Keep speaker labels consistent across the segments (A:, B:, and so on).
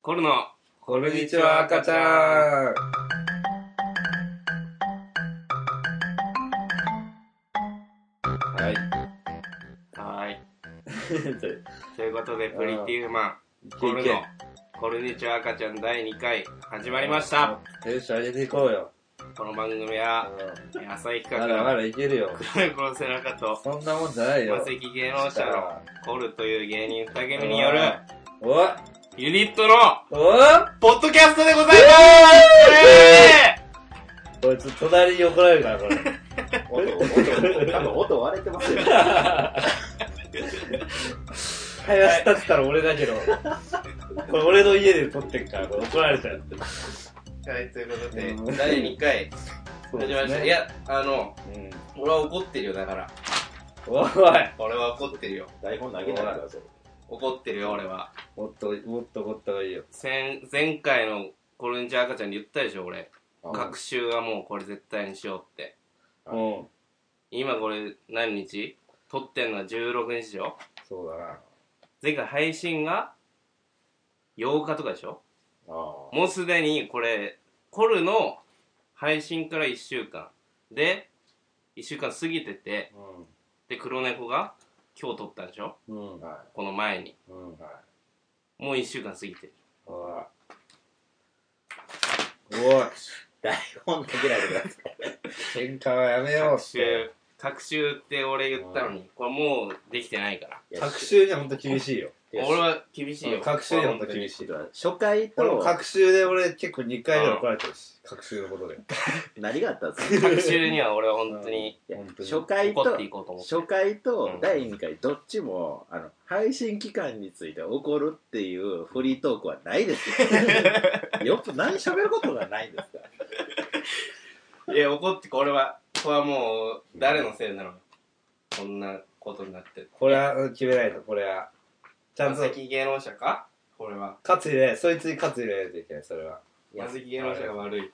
A: コルの、
B: こんにちは、赤ちゃん。はい。
A: はい。ということで、プリティウーマン、
B: い
A: コ
B: け
A: ル
B: い
A: の
B: け。、
A: コルニチュア赤ちゃん第2回、始まりました。。
B: テンション上げていこうよ。
A: この番組
B: う
A: は、
B: ん
A: 旭
B: ま
A: 川
B: だ
A: が
B: まだいけるよ。
A: 黒の背中と、
B: そんなもんじゃないよ
A: マ。セキ芸能者のコルという芸人2組による、
B: おお
A: ユニットの、
B: お
A: ポッドキャストでございます
B: こいつ隣に怒られるから、こ れ。
C: 音、音、多分音割れてますよ。
B: 林立ったら俺だけど。これ俺の家で撮ってっから、これ怒られちゃう。
A: はい、ということで
B: う、ん
A: 第2回、始
B: そう
A: ま
B: で
A: り
B: すね
A: ました。い、や、あの、
B: うん
A: 俺は怒ってるよ、だから。
B: おい
A: 俺は怒ってるよ。
C: 台本投げないでください。
A: 怒ってるよ、俺は。
B: もっと、もっと怒った方がいいよ。
A: 前前回のコルニチュア赤ちゃんに言ったでしょ、俺。
C: あ
A: 学習はもうこれ絶対にしようって。
B: うん。
A: 今これ何日撮ってんのは16日でしょ
B: そうだな。
A: 前回配信が8日とかでしょ
C: あ
A: もうすでにこれ、コルの配信から1週間。で、1週間過ぎてて、で、黒猫が今日撮ったんでしょ
B: うん。うん。
C: は
A: この前に。
B: うん。
C: い。は
A: もう1週間過ぎてる。
B: おい。おい。
C: い。台本投げないでください。
B: 喧嘩はやめよう
A: 隔
B: って。
A: 週、隔週って俺言ったのに、これもうできてないから。
C: いや
B: 各週にはほんと厳しいよ。
C: いや
A: 俺は厳しいよ。
B: 各週にはほんと厳しい。
C: 初回
B: 俺も
C: と、
B: 各週で俺結構2回ぐらい怒られてるし、各週のことで。
C: 何があったんですか
A: 学習には俺は本当に
C: いや
B: 本当に
C: 初回
A: 怒っ
C: と
A: てい、こうと思って
C: 初回
A: う
C: と
A: ん
C: 第2回、どっちも、あの、配信期間について怒るっていうフリートークはないですよ。よっぽど何喋ることがないんですか
A: いや怒ってこれはこれはもう誰のせいなのこんなことになってる
B: これはうん決めないと、これは。ちゃんと、
A: マセキ芸能者かこれは
B: 勝つ入れ、そいつに勝つ入れないといけない、それは。
C: いや
A: マセキ芸能者が悪い
C: い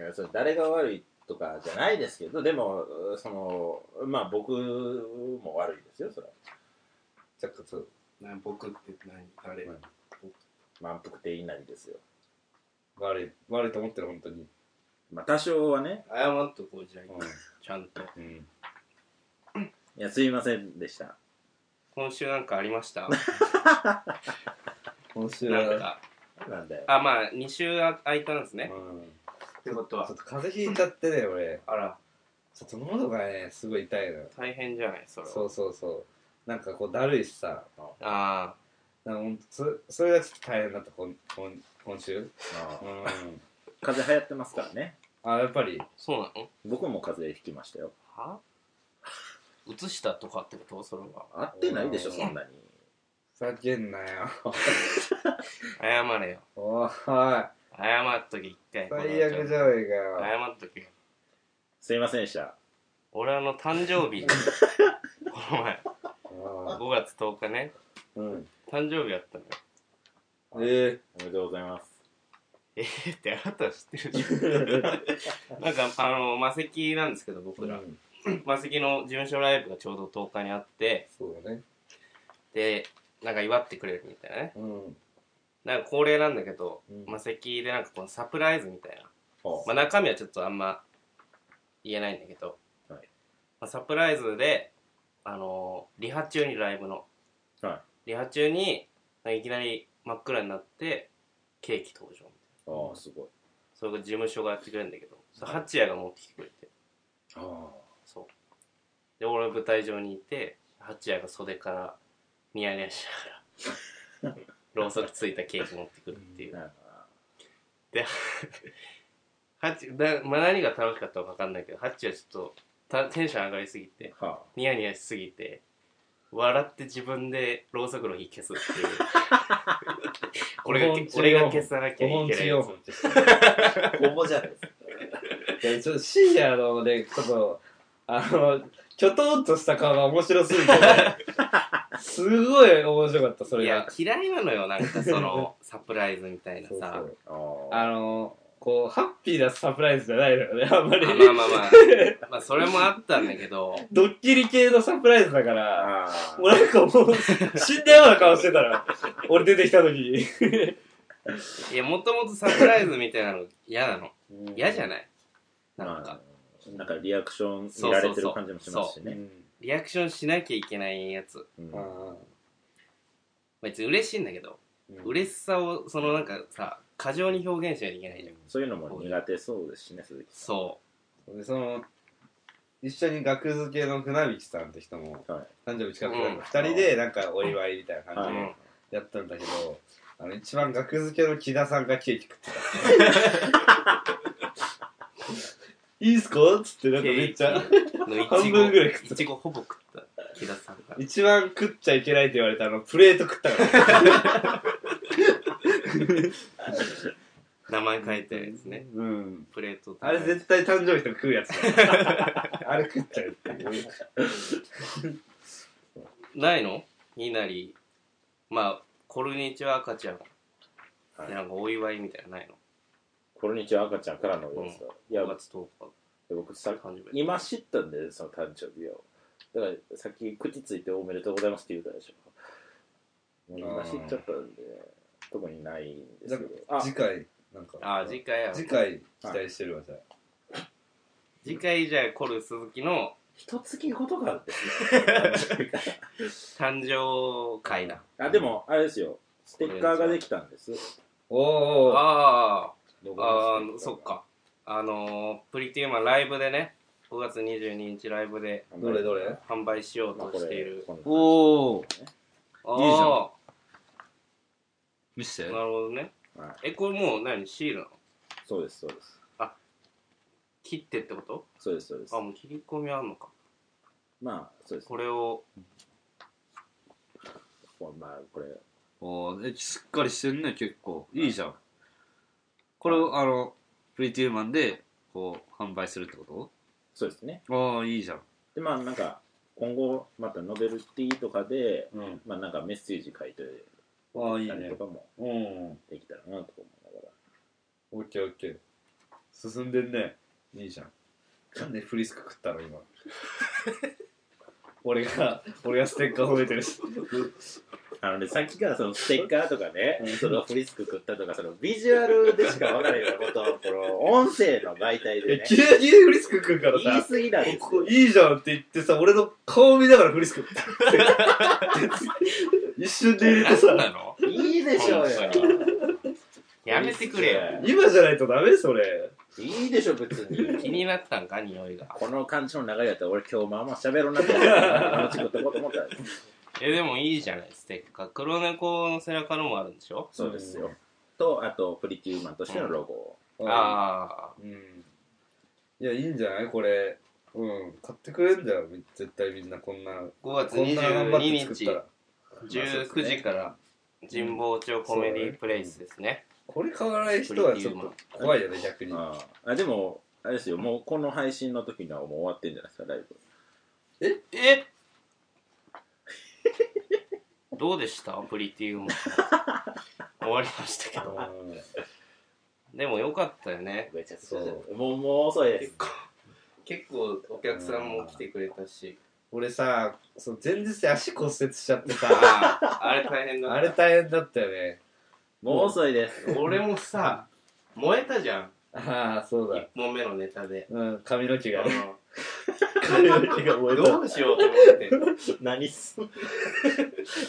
C: やそれ誰が悪いとかじゃないですけどでもそのまあ僕も悪いですよそれは
B: ちょっとそう、
A: な僕って何誰
B: うん
C: 満腹定員なりですよ
B: 悪い、悪いと思ってる、本当に。
C: まあ多少はね
A: 謝っとこうじゃん
B: う
A: ちゃんと
B: ん。うん。
C: いやすいませんでした
A: 今週なんかありました
B: 今週
A: なん
B: は、
A: か
C: なんで
A: あまあ2週あ空いたんですね
B: うん。
A: ってこと
B: ち
A: は
B: ょっと風邪ひいちゃってね、俺。
A: あら
B: ちょっと喉がね、すごい痛いのよ。
A: 大変じゃないそれは
B: そうそうそう。なんかこう、だるいしさ。
A: あ
B: なんかほんとそそれがちょっと大変だった今今今週
C: あ
B: う
C: あ
B: ん
C: 風邪流行ってますからね
B: あやっぱり
A: あそうなの
C: 僕も風邪ひきましたよ
A: は 移したとかってことそれは
C: 合ってないでしょ
B: うん
C: そんなに
B: ふざけんなよ
A: 謝れよ
B: おい最
A: 謝っとけ一回
B: 悪じゃないかよ
A: 謝っとけ
C: すいませんでした
A: 俺あの誕生 日この前5月10日ね
B: うん
A: 誕生日やったのよ
B: えー、
C: おめでとうございます
A: えー、ってあなたは知ってるでし ょなんかあのマセキなんですけど僕ら、
B: うん
A: マセキの事務所ライブがちょうど10日にあって
B: そうだね
A: でなんか祝ってくれるみたいなね
B: うん
A: なんか恒例なんだけど、
B: うん
A: マセキでなんかこのサプライズみたいな
C: ほう
A: まあ、中身はちょっとあんま言えないんだけど、
C: はい
A: まあ、サプライズで、あのーリハ中にライブの、
C: は
A: リハ中になんかいきなり真っ暗になってケーキ登場
C: ああすごい
A: それが事務所がやってくれるんだけどそれ八谷が持ってきてくれて
C: あ
A: そうで俺舞台上にいて八谷が袖からニヤニヤしな がらろうそくついたケーキ持ってくるっていう
C: あ
A: ハッチだ、まあ、何が楽しかったか分かんないけどハッチはちょっとたテンション上がりすぎて
C: は
A: ニヤニヤしすぎて笑って自分でろうそくの火消すって いう俺が
B: 五本中
A: 俺が
B: 四本
A: 消さなき
B: 5
A: ゃい
B: 本
A: けな
B: 中
A: い
B: 4
A: やつ
B: 本って
C: あほぼじゃないですか
B: いやちょっと深夜のねちょっとあのきょとんとした顔が面白すぎてすごい面白かったそ
A: い
B: れ
A: や
B: が
A: 嫌いなのよなんかそ のサプライズみたいなさ
B: そうそう
C: ああ
B: あのこうハッピーなサプライズじゃないのよねあんまり
A: あまあまあまあまあそれもあったんだけど
B: ドッキリ系のサプライズだから
C: あ
B: もうなんかもう、死んだような顔してたら、俺出てきた時に。
A: いや、もともとサプライズみたいなの嫌なの。
B: うん
A: 嫌じゃ
B: い
A: ないなん
C: ま
A: か
C: あ、なんかリアクション見られてる感じもしますし
B: う
C: ね。
B: ん
A: リアクションしなきゃいけないやつ。
C: うん
B: あ
A: 別に嬉しいんだけど、
B: ーうん
A: 嬉しさを、そのなんかさ、過剰に表現しなきゃいけないじゃん。
C: そういうのも苦手そうですしね、鈴木さ
A: そ
B: でその一緒に学付けの船引さんって人も
C: ん。はい。
B: 誕生日近くな
A: うん
B: る2人でなんかお祝いみたいな
A: う。う
B: 感じ
A: ん
B: で。やったんだけど、あの一番学付けの木田さんがケーキ食ってたいいっすかっつってなんかめっちゃ
A: のいち
B: 半分
A: ご
B: ぐらい食
A: いちごほぼ食った木田さんが
B: 一番食っちゃいけないって言われたあのプレート食ったから
A: 名前書いてるやつね
B: うん
A: プレート
B: あれ絶対誕生日とか食うやつだあれ食っちゃうっていう
A: ないのになりまあ「こんにちは赤ちゃん」
C: はい
A: でなんかお祝いみたいなのないの
C: こんにちは、赤ちゃんからのおですよ。いや
A: 5、月10日
C: 僕さ、
A: 誕生日
C: 今知ったんで、その誕生日を。だから、さっき口ついておめでとうございますって言うたでしょ。もう今知っちゃったんで、特にないんですけど。あ、
B: 次回なんか
A: ああ次回や
B: 次回期待してるわじゃあ
A: 次回じゃあコル鈴木の
C: 一月ごとかですよ。
A: 誕生会だ
C: あ、でも、あれですよ。ステッカーができたんです。
B: おーおー
A: あ
C: ロ
A: あ
C: ゴ
A: あ
C: の
A: ー
C: ステ
A: そ
C: ッ
A: っ
C: カーが。
A: かあのープリティウーマンライブでね5月22日ライブで
B: どれどれ
A: 販売しよう
C: まあ
A: と
C: こ
A: してい
C: れ
A: る、
C: こんな
B: おお
A: あ
B: いいじゃん
A: あ
B: 見せて
A: なるほどね
C: はい
A: えこれもう何シールなの
C: そうです、そうです。
A: 切ってってこと
C: そうです、そうです
A: あ。もう切り込みあんのか
C: まあ、そうです。
A: これ を
C: まあ、これ、
D: おーえしっかりしてんね結構いいじゃんこれをあのプリティウーマンでこう販売するってこ
C: そうですね。
D: とああいいじゃん
C: で、まあ、なんか、今後、またノベルティとかで、
D: うん
C: まあ、なんかメッセージ書いて
D: ああいい
C: たり
D: ね
C: とかも
B: うん
C: できたらなとか思いながら。
B: オッケーオッケー進んでんねいいじゃんなんでフリスク食ったの今 俺が俺がステッカー褒めてるし
C: あのね、さっきからそのステッカーとかね
B: うん、
C: そのフリスク食ったとか、そのビジュアルでしか分からないようなことを、この音声の媒体でね
B: え、急にフリスク食うから
C: 言い
B: さ
C: 過ぎなんです
B: こ
C: よ
B: こ。いいじゃんって言ってさ俺の顔見ながらフリスク食った 一瞬で入れて
A: 何
B: さ
A: なの
C: いいでしょうよ。
A: やめてくれよ
B: 今じゃないとダメそれ
C: いいでしょ、別
A: 気
C: に。
A: になったんか匂いが
C: この感じの流れやったら、俺今日まあまあ喋ろうなって思って、こっちこうと思ったら、
A: えでもいいじゃないステッカー黒猫の背中のもあるんでしょ
C: そうですよ。と、あと、プリティウーマンとしてのロゴを。
A: ああ
B: うんいやいいんじゃないこれうん買ってくれんだよ絶対みんなこんな
A: 5月
B: こんな頑張って
A: 22
B: 作
A: 日
B: ったら
A: 19時から神保町コメディープレイスですね
B: これ買わない人はちょっと怖いよね逆に
C: あああでもあれですよもうこの配信の時にはもう終わってんじゃないですかライブ
A: えどうでしたプリティウー マン終わりましたけどでもよかったよね
C: めちゃく
B: ちゃそう
C: もうもう遅いで
A: 結構結構お客さんも来てくれたし
B: 俺さその前日に足骨折しちゃってさ
A: あーあれ大変だった
B: あれ大変だったよね
C: もう遅いです
A: 俺もさ燃えたじゃん
B: ああそう
A: 1本目のネタで
B: うん髪の毛
A: あ
B: がね
A: の
C: 髪の毛が燃
A: どうしようと思っ
C: 何すん
D: やっ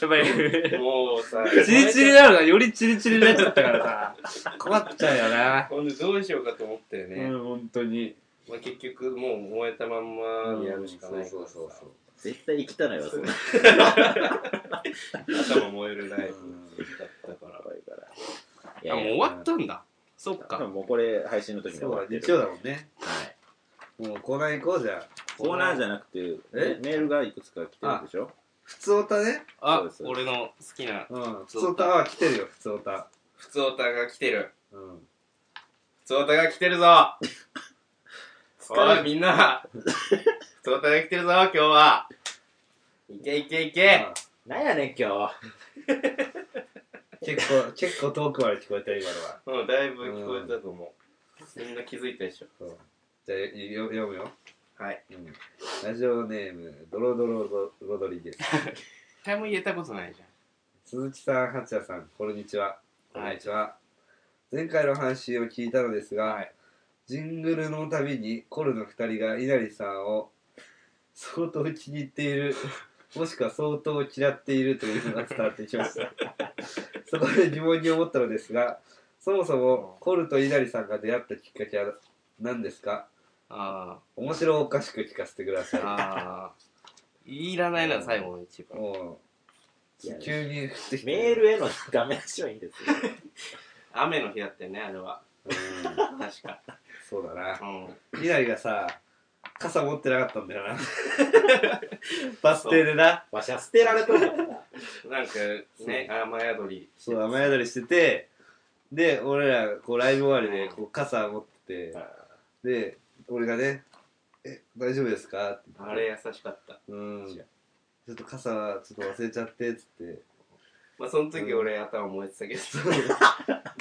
D: ぱり
A: てもうさ
D: チリチリなのがよりチリチリになっちゃったから さ困っちゃうよな
A: ほんでどうしようかと思ったよね、
D: うん本当に
A: まあ、結局もう燃えたまんまやるしかないか
B: そ
A: ら
B: う
A: さ
B: そうそう
C: 絶対生きたのよそんな
A: 頭燃えるライブだったから
C: 怖いからい
A: あもう終わったんだそっ
C: 多
A: か
C: 分もうこれ配信の時には
B: そ
C: 終
B: う
C: わ
B: だ
C: ってる
B: 日曜だもんね
C: はい
B: もうコーナー行こうじゃん
C: コーナーじゃなくて
B: え
C: メールがいくつか来てるでしょ
B: 普通歌ね
A: あ
C: そうですそうです
A: 俺の好きな
B: うん普
A: 通
B: 通
A: 歌
B: 歌は来てるよ普通歌
A: 普通オタが来てる
B: うん
A: 普通オタが来てるぞ
C: れ
A: おいみん な普通オタが来てるぞ今日はいけいけいけ
B: あ
C: なんやねん今
B: 結構結構遠くまで聞こえたよ今のは
A: うんだいぶ聞こえたと思うみんな気づいたでしょ
B: そうじゃあよ読むよ
A: はい
B: うんラジオネームドロドロドロドリゲス
A: 一回も言えたことないじ
B: 鈴木さん、八谷さん、こんにちは。
A: は
B: こ
A: い
B: んにちは。前回の話を聞いたのですが、
A: はい
B: ジングルのたびにコルの二人が稲荷さんを 相当気に入っている もしくは相当嫌っているというのが伝わってきました そこで疑問に思ったのですがそもそもコルと稲荷さんが出会ったきっかけは何ですか
A: あ
B: 面白おかしく聞かせてくだ
A: あ
B: さい
A: ああいらないな最後の一番
B: も
C: いや
B: う急に降ってきて
C: メールへのダメ出しはいいんですよ。
A: 雨の日だったよねあれは
B: うん
A: 確か
B: そうだな
A: うん
B: みなりがさ傘持ってなかったんだ よなバス停でな
C: わしは捨てられとるからな。
A: なんかね雨宿り
B: そう雨宿りしててで俺らこうライブ終わりでこう傘持ってて
C: あ
B: で俺がね「え大丈夫ですか?」って言って
A: あれ優しかった
B: うんちょっと傘はちょっと忘れちゃってっつって
A: まあその時俺頭燃えてたけど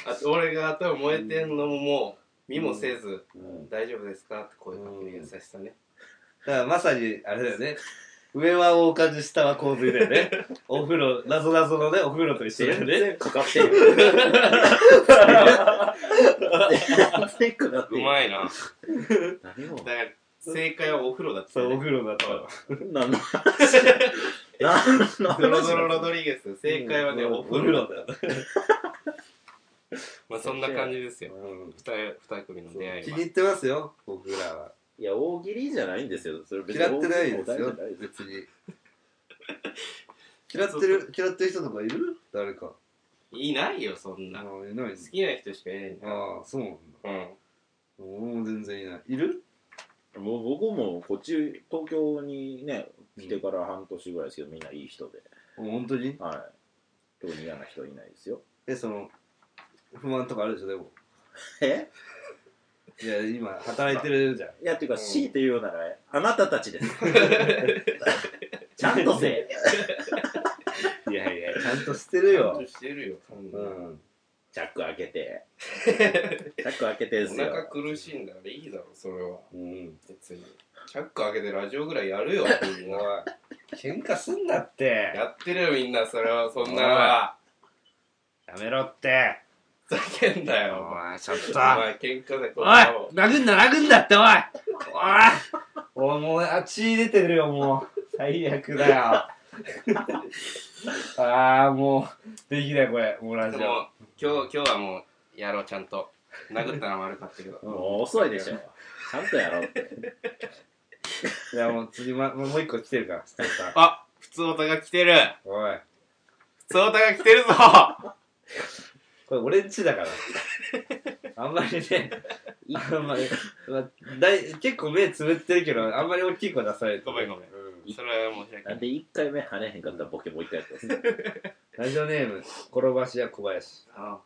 A: あと俺が頭燃えてんのももう見もせず
C: うん
A: 大丈夫ですかって声かける優しさね
B: だからまさにあれだよね上は大火事下は洪水だよ ねお風呂なぞなぞのねお風呂と一緒だよ
C: 全
B: ね
C: 然かかっ てる。全然かかって
A: う
C: る。
A: まいな
C: 何も
A: だ。から正解はお風呂だった
B: そうお
A: ね
B: 風呂だったわ
C: 何の話何の話
A: ドロドロロドリゲス正解はね
B: うん
A: お風呂
B: だよ
A: まあそんな感じですよ
B: うん
A: 二人二組の出会い
B: 気に
A: は
B: 入ってますよ僕らはい
C: や、大喜利じゃないんですよ。それ別に
B: 嫌ってないです
C: 大喜利
B: よ
C: じゃないです
B: 別に嫌ってる嫌ってる人とかいる誰か
A: いないよそんな
B: あ
A: 好
B: いないです
A: きな人しかいないんだ
B: ああそうなんだ
A: うん
B: 俺も全然いないいる
C: もう僕もこっち、東京にね、来てから半年ぐらいですけど、みんないい人で。
B: 本当に
C: はい。特に嫌な人いないですよ。
B: えその不満とかあるでしょでも
C: え
B: いや今働いてるじゃん
C: いや、っていうか、
A: うん
C: 強いて言うなら、あなたたちです。ちゃんとせえ。
B: いやいやちゃんとしてるよ
A: ちゃんとしてるよそん
B: う
A: なん
C: チャック開けて。チャック開けてです
A: お
C: よ。
A: 腹苦しいんだからいいだろそれは
B: うん
A: 別にチャック開けてラジオぐらいやるよみん
B: おい
A: な
B: 喧嘩すんなって
A: やってるよみんなそれはそんなのは
B: やめろって
A: ふざけんなよお前
D: おい、ちょっ
A: お
D: と。
A: 前喧嘩でこ
D: おい
A: そ
D: 殴んな、殴んだって、おいお
B: おいもうあ血出てるよもう最悪だよ ああもうできないこれもうラジ
A: で
B: オ
A: も今日今日はもうやろうちゃんと殴ったのも悪かったけど
C: もう遅いでしょ。ちゃんとやろうって。
B: いやもう次、ま、もう一個来てるからスタッフさん
A: あ普通オタが来てる
B: おい
A: 普通オタが来てるぞ
B: これ俺んちだからあんまりねあんまり、まあ、だい結構目つぶってるけどあんまり大きい声出される と
A: ごめんごめん
B: う
A: それは申し訳な
C: ないんで1回目跳ねへんかったボケもう1回やってます。
B: ラジオネーム転ばし屋小林
A: あ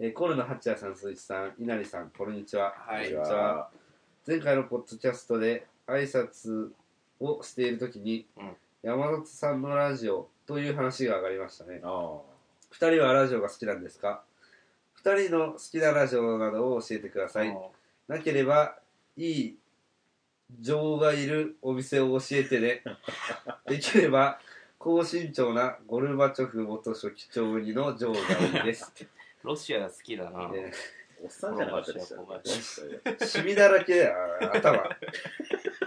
B: えー、コールの八谷さん、鈴木さん、稲荷さん、こんにちは。
A: はい
B: こんにちは。前回のポッドキャストで挨拶をしているときに、
A: うん
B: 山里さんのラジオという話が上がりましたね。
C: あ
B: 二人はラジオが好きなんですか二人の好きなラジオなどを教えてください。
A: も
B: なければ、いい情がいるお店を教えてね。できれば、高身長なゴルバチョフ元書記長にの情がいいです。
A: うロシアが好きだな
B: えー
C: あ。おっさんじゃなかったでした
A: おばあち
C: ね。
B: シミだらけだよ、頭。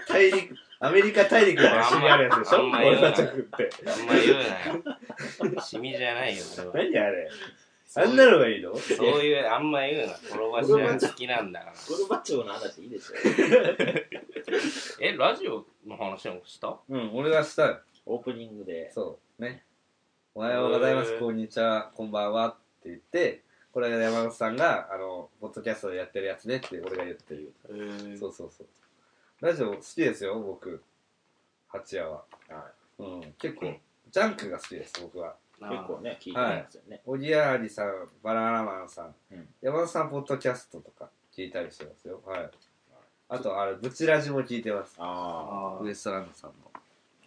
B: 大陸、アメリカ大陸がシミあるやつでしょ
A: あんま
B: 俺たち食って。
A: あんま言うなよシミじゃないよそれは
B: 何あれあんなのがいいの
A: そういうあんま言うな転ばし屋が好きなんだから
C: ゴルバチョウの話いいでしょ。
A: えラジオの話でもした
B: うん、俺はしたよ。
C: オープニングで。
B: そう。ね。おはようございま
A: へ
B: す、
A: ー
B: こんにちは、こんばんはって言って、これ山本さんが、あの、ポッドキャストでやってるやつねって俺が言ってる。
A: えー
B: そうそうそう。ラジオ好きですよ、僕。八夜は。
C: は
B: うん、結構、ジャンクが好きです、僕は。
C: い結構ね、聞いてますよね。
B: おぎやはりさん、バナナマンさん、
C: うん
B: 山田さん、ポッドキャストとか聞いたりしてますよ。はい。あと、あれ、ブチラジも聞いてます。
C: あ
A: あ
D: いウ
A: ー
D: エストランドさん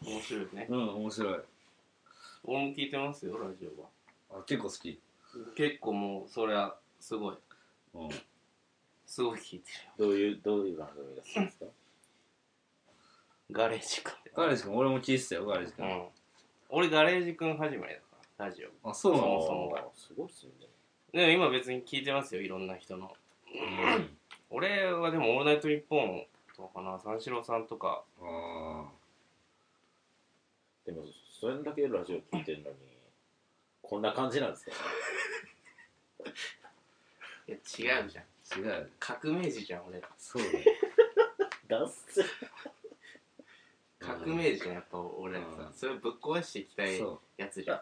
D: の。
A: 面白いね
B: うん、面白い。
A: 俺も聞いてますよラジオは
B: あ結構好き。
A: 結構もうそりゃすごい
B: うん。
A: すごい聞いてる
C: あ。どういう、どういう番組が好きですか
A: よガレージくん
B: ガレージ君、俺も聞いてたよ、ガレージ
A: う
B: 君。
A: ん俺ガレージくん始まりだからラジオ
B: あ、そうな
A: そ
B: の
A: もそもが
C: あーすごいっすよね。
A: でも今別に聞いてますよいろんな人の俺はでも「オールナイトニッポン」とかな三四郎さんとか
B: あ
C: でもそれだけラジオ聞いてるのにこんな感じなんですね
A: いや違うじゃん
B: あ違う
A: 革命児じゃん俺ら
B: そうだ
C: ダンス
A: 革命児じゃんやっぱ俺ら
B: う
A: さ
B: ん
A: それぶっ壊していきたい
B: ねそう
A: やつじゃん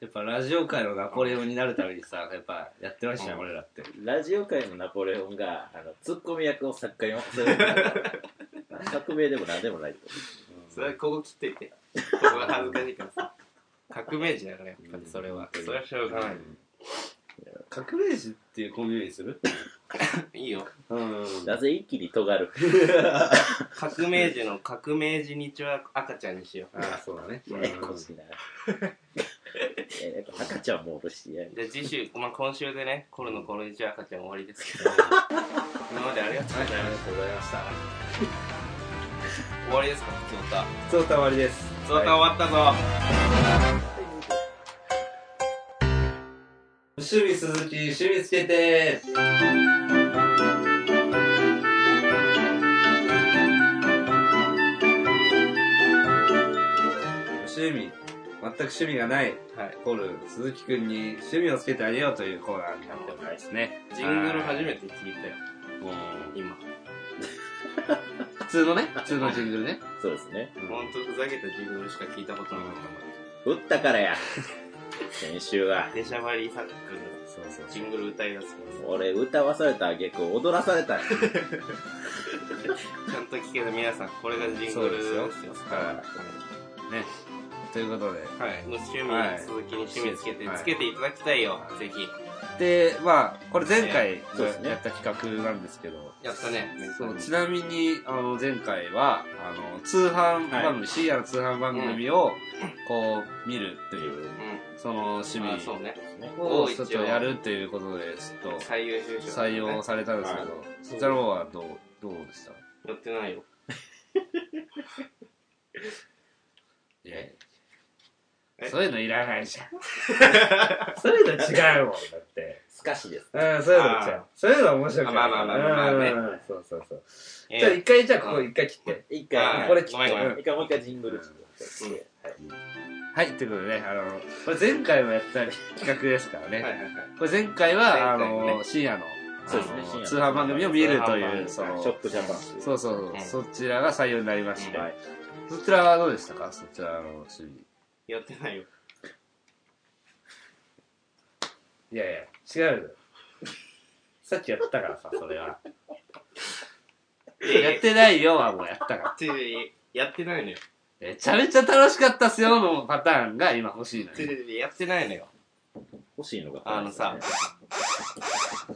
B: やっぱラジオ界のナポレオンになるためにさやっぱやってましたよ俺らって
C: ラジオ界のナポレオンがあのツッコミ役を作家に任せる 革命でも何でもないと
A: それはここ切っとい てここが恥ずかしいからさ革命児だからやっぱりそれは
B: うん
A: それはしょうがない
B: 革命児っていうコンビ名にする
A: いいよ
B: うん
C: なぜ一気に尖る
A: 革命児の革命児日は赤ちゃんにしよ
B: ああそうだね
C: ややこしいな ややこ赤ちゃんもおるしやや
A: うじゃあ次 週、まあ、今週でねコロのコロ日は赤ちゃん終わりです けど今までありがとうございました、
B: ありがとうございました
A: 終わりですかツオタ
B: そうたまりです
A: ツオタ終わったぞ、
B: 趣味鈴木趣味つけて趣味全く趣味がない
A: はい、
B: ホル鈴木くんに趣味をつけてあげようというコーナーになっておりま
D: ですね
A: ジングル初めて聞いたよ
D: もう
A: 今
D: 普通のね普通のジングルね
C: そうですね
A: ほんとふざけたジングルしか聞いたことなかっ
C: 打ったから や先週は
A: たデシャバリーサック
B: そうそう
A: のジングル歌い出す
C: 俺歌わされた挙句踊らされたんや
A: ちゃんと聞けた皆さんこれがジン
B: そ
A: グ
B: う
A: ル
B: で
A: ですす
B: よ
A: よ
B: はねということで
A: はい、はい、もう趣味、
B: はい
A: 続きに趣味つけて、
B: はい
A: つけていただきたいよ、
B: はい
A: ぜひ
B: でまあこれ前回
C: そうですね
B: やった企画なんですけど
A: やったね
D: そうちなみにあの前回はあの通販番組、深夜の通販番組をこう見るという
A: う
D: その趣
A: んあそう
D: 味
A: ね
D: をちょっとやるということでちょっ
A: 採用就
D: と
A: 職、
D: 採用されたんですけど、そちらの方はどうどうでした
A: やってないよ
D: いやいや
A: え
D: そういうのいらないじゃん
B: そういうの違うもんだって
C: すかしです
B: うんそういうの違うそういうの面白くない
A: あまあまあまあまあね
B: うんそうそうそう
A: え
B: じゃあ
A: ー
B: 一回じゃあここ一回切って
C: 一
A: あ
C: 回
A: ー
B: これ
A: ごめんごめん
C: 一回もう一回ジングル
A: うん
D: はいということでねあのこれ前回もやった企画ですからね、
A: はいはいはい
D: これ前回は
A: 前回ね
D: あの深夜の
C: そうですね
D: あ
C: 深
D: の
C: 夜
D: 通販番組を見ると
C: 通販番
D: いう
C: 組
D: その
C: ショップジャパン
D: そうそう
A: うん
D: そう、そちらが採用になりまして、
C: はい
D: そちらはどうでしたかそちらの趣味
A: やってないよ
B: いやいや 違うよさっきやったからさそれは
D: やってないよはもうやったから
A: ちょいちょいやってないのよ
D: めちゃめちゃ楽しかったっすよのパターンが今欲しいの
A: ちょい
D: よ
A: ちょいちょいやってないのよ
C: 欲しいのが
A: あのさ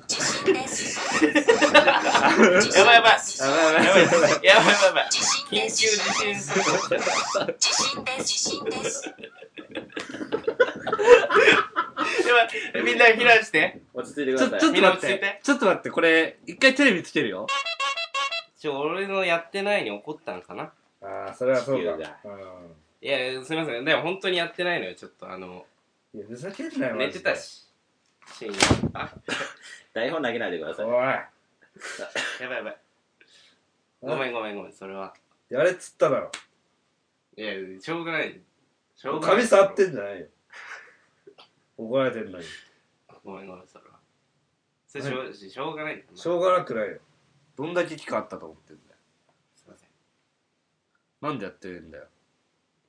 E: 知識です。
A: やばいやばい
D: あまあまあ
A: やばいやばいやばいやばい
E: 知識
A: 緊
E: で
A: 急地震
E: す。
A: するかもしれない
E: 地震です。地震です。
A: やばいみんな避難して
C: 落ち着いてく
D: ち
C: だ
D: ょ
C: さい
D: ちょっと待っ
A: みんな落ち着い
D: て
A: て
D: ちょっと待ってこれ一回テレビつけるよ
A: ちょ俺のやってないに怒ったんかな
B: ああそれはそうだ
C: 地球が
B: う
A: いやすいませんでも本当にやってないのよちょっとあの
B: んいやふざけんなよマ
A: 寝
B: ジ
A: て
B: で
A: たし深夜あ
C: 台本投げないでください
B: おい
A: やばいやばいごめんごめんごめんそれは
B: やれっつっただろ
A: いやしょうがないしょうがない
B: 髪触ってんじゃないよ怒られてんのに
A: ごめんごめんそれはそれしょうしょうがないんだ
B: しょうがなくないよ
D: どんだけ期間あったと思ってんだよ
A: すいません
D: なんでやってるんだよ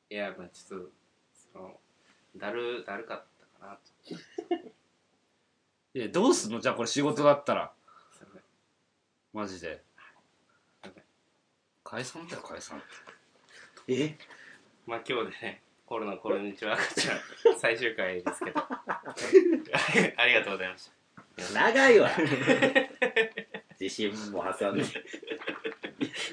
A: いやまあちょっとそのだるだるかったかなと
D: いやどうすんのじゃあこれ仕事だったら
A: すいません
D: マジで
A: はい
D: 解散だよ解散
C: え
A: まあ今日でね、コロナこんにちは赤ちゃん 最終回ですけど、ありがとうございました。
C: 長いわ自信も挟 んで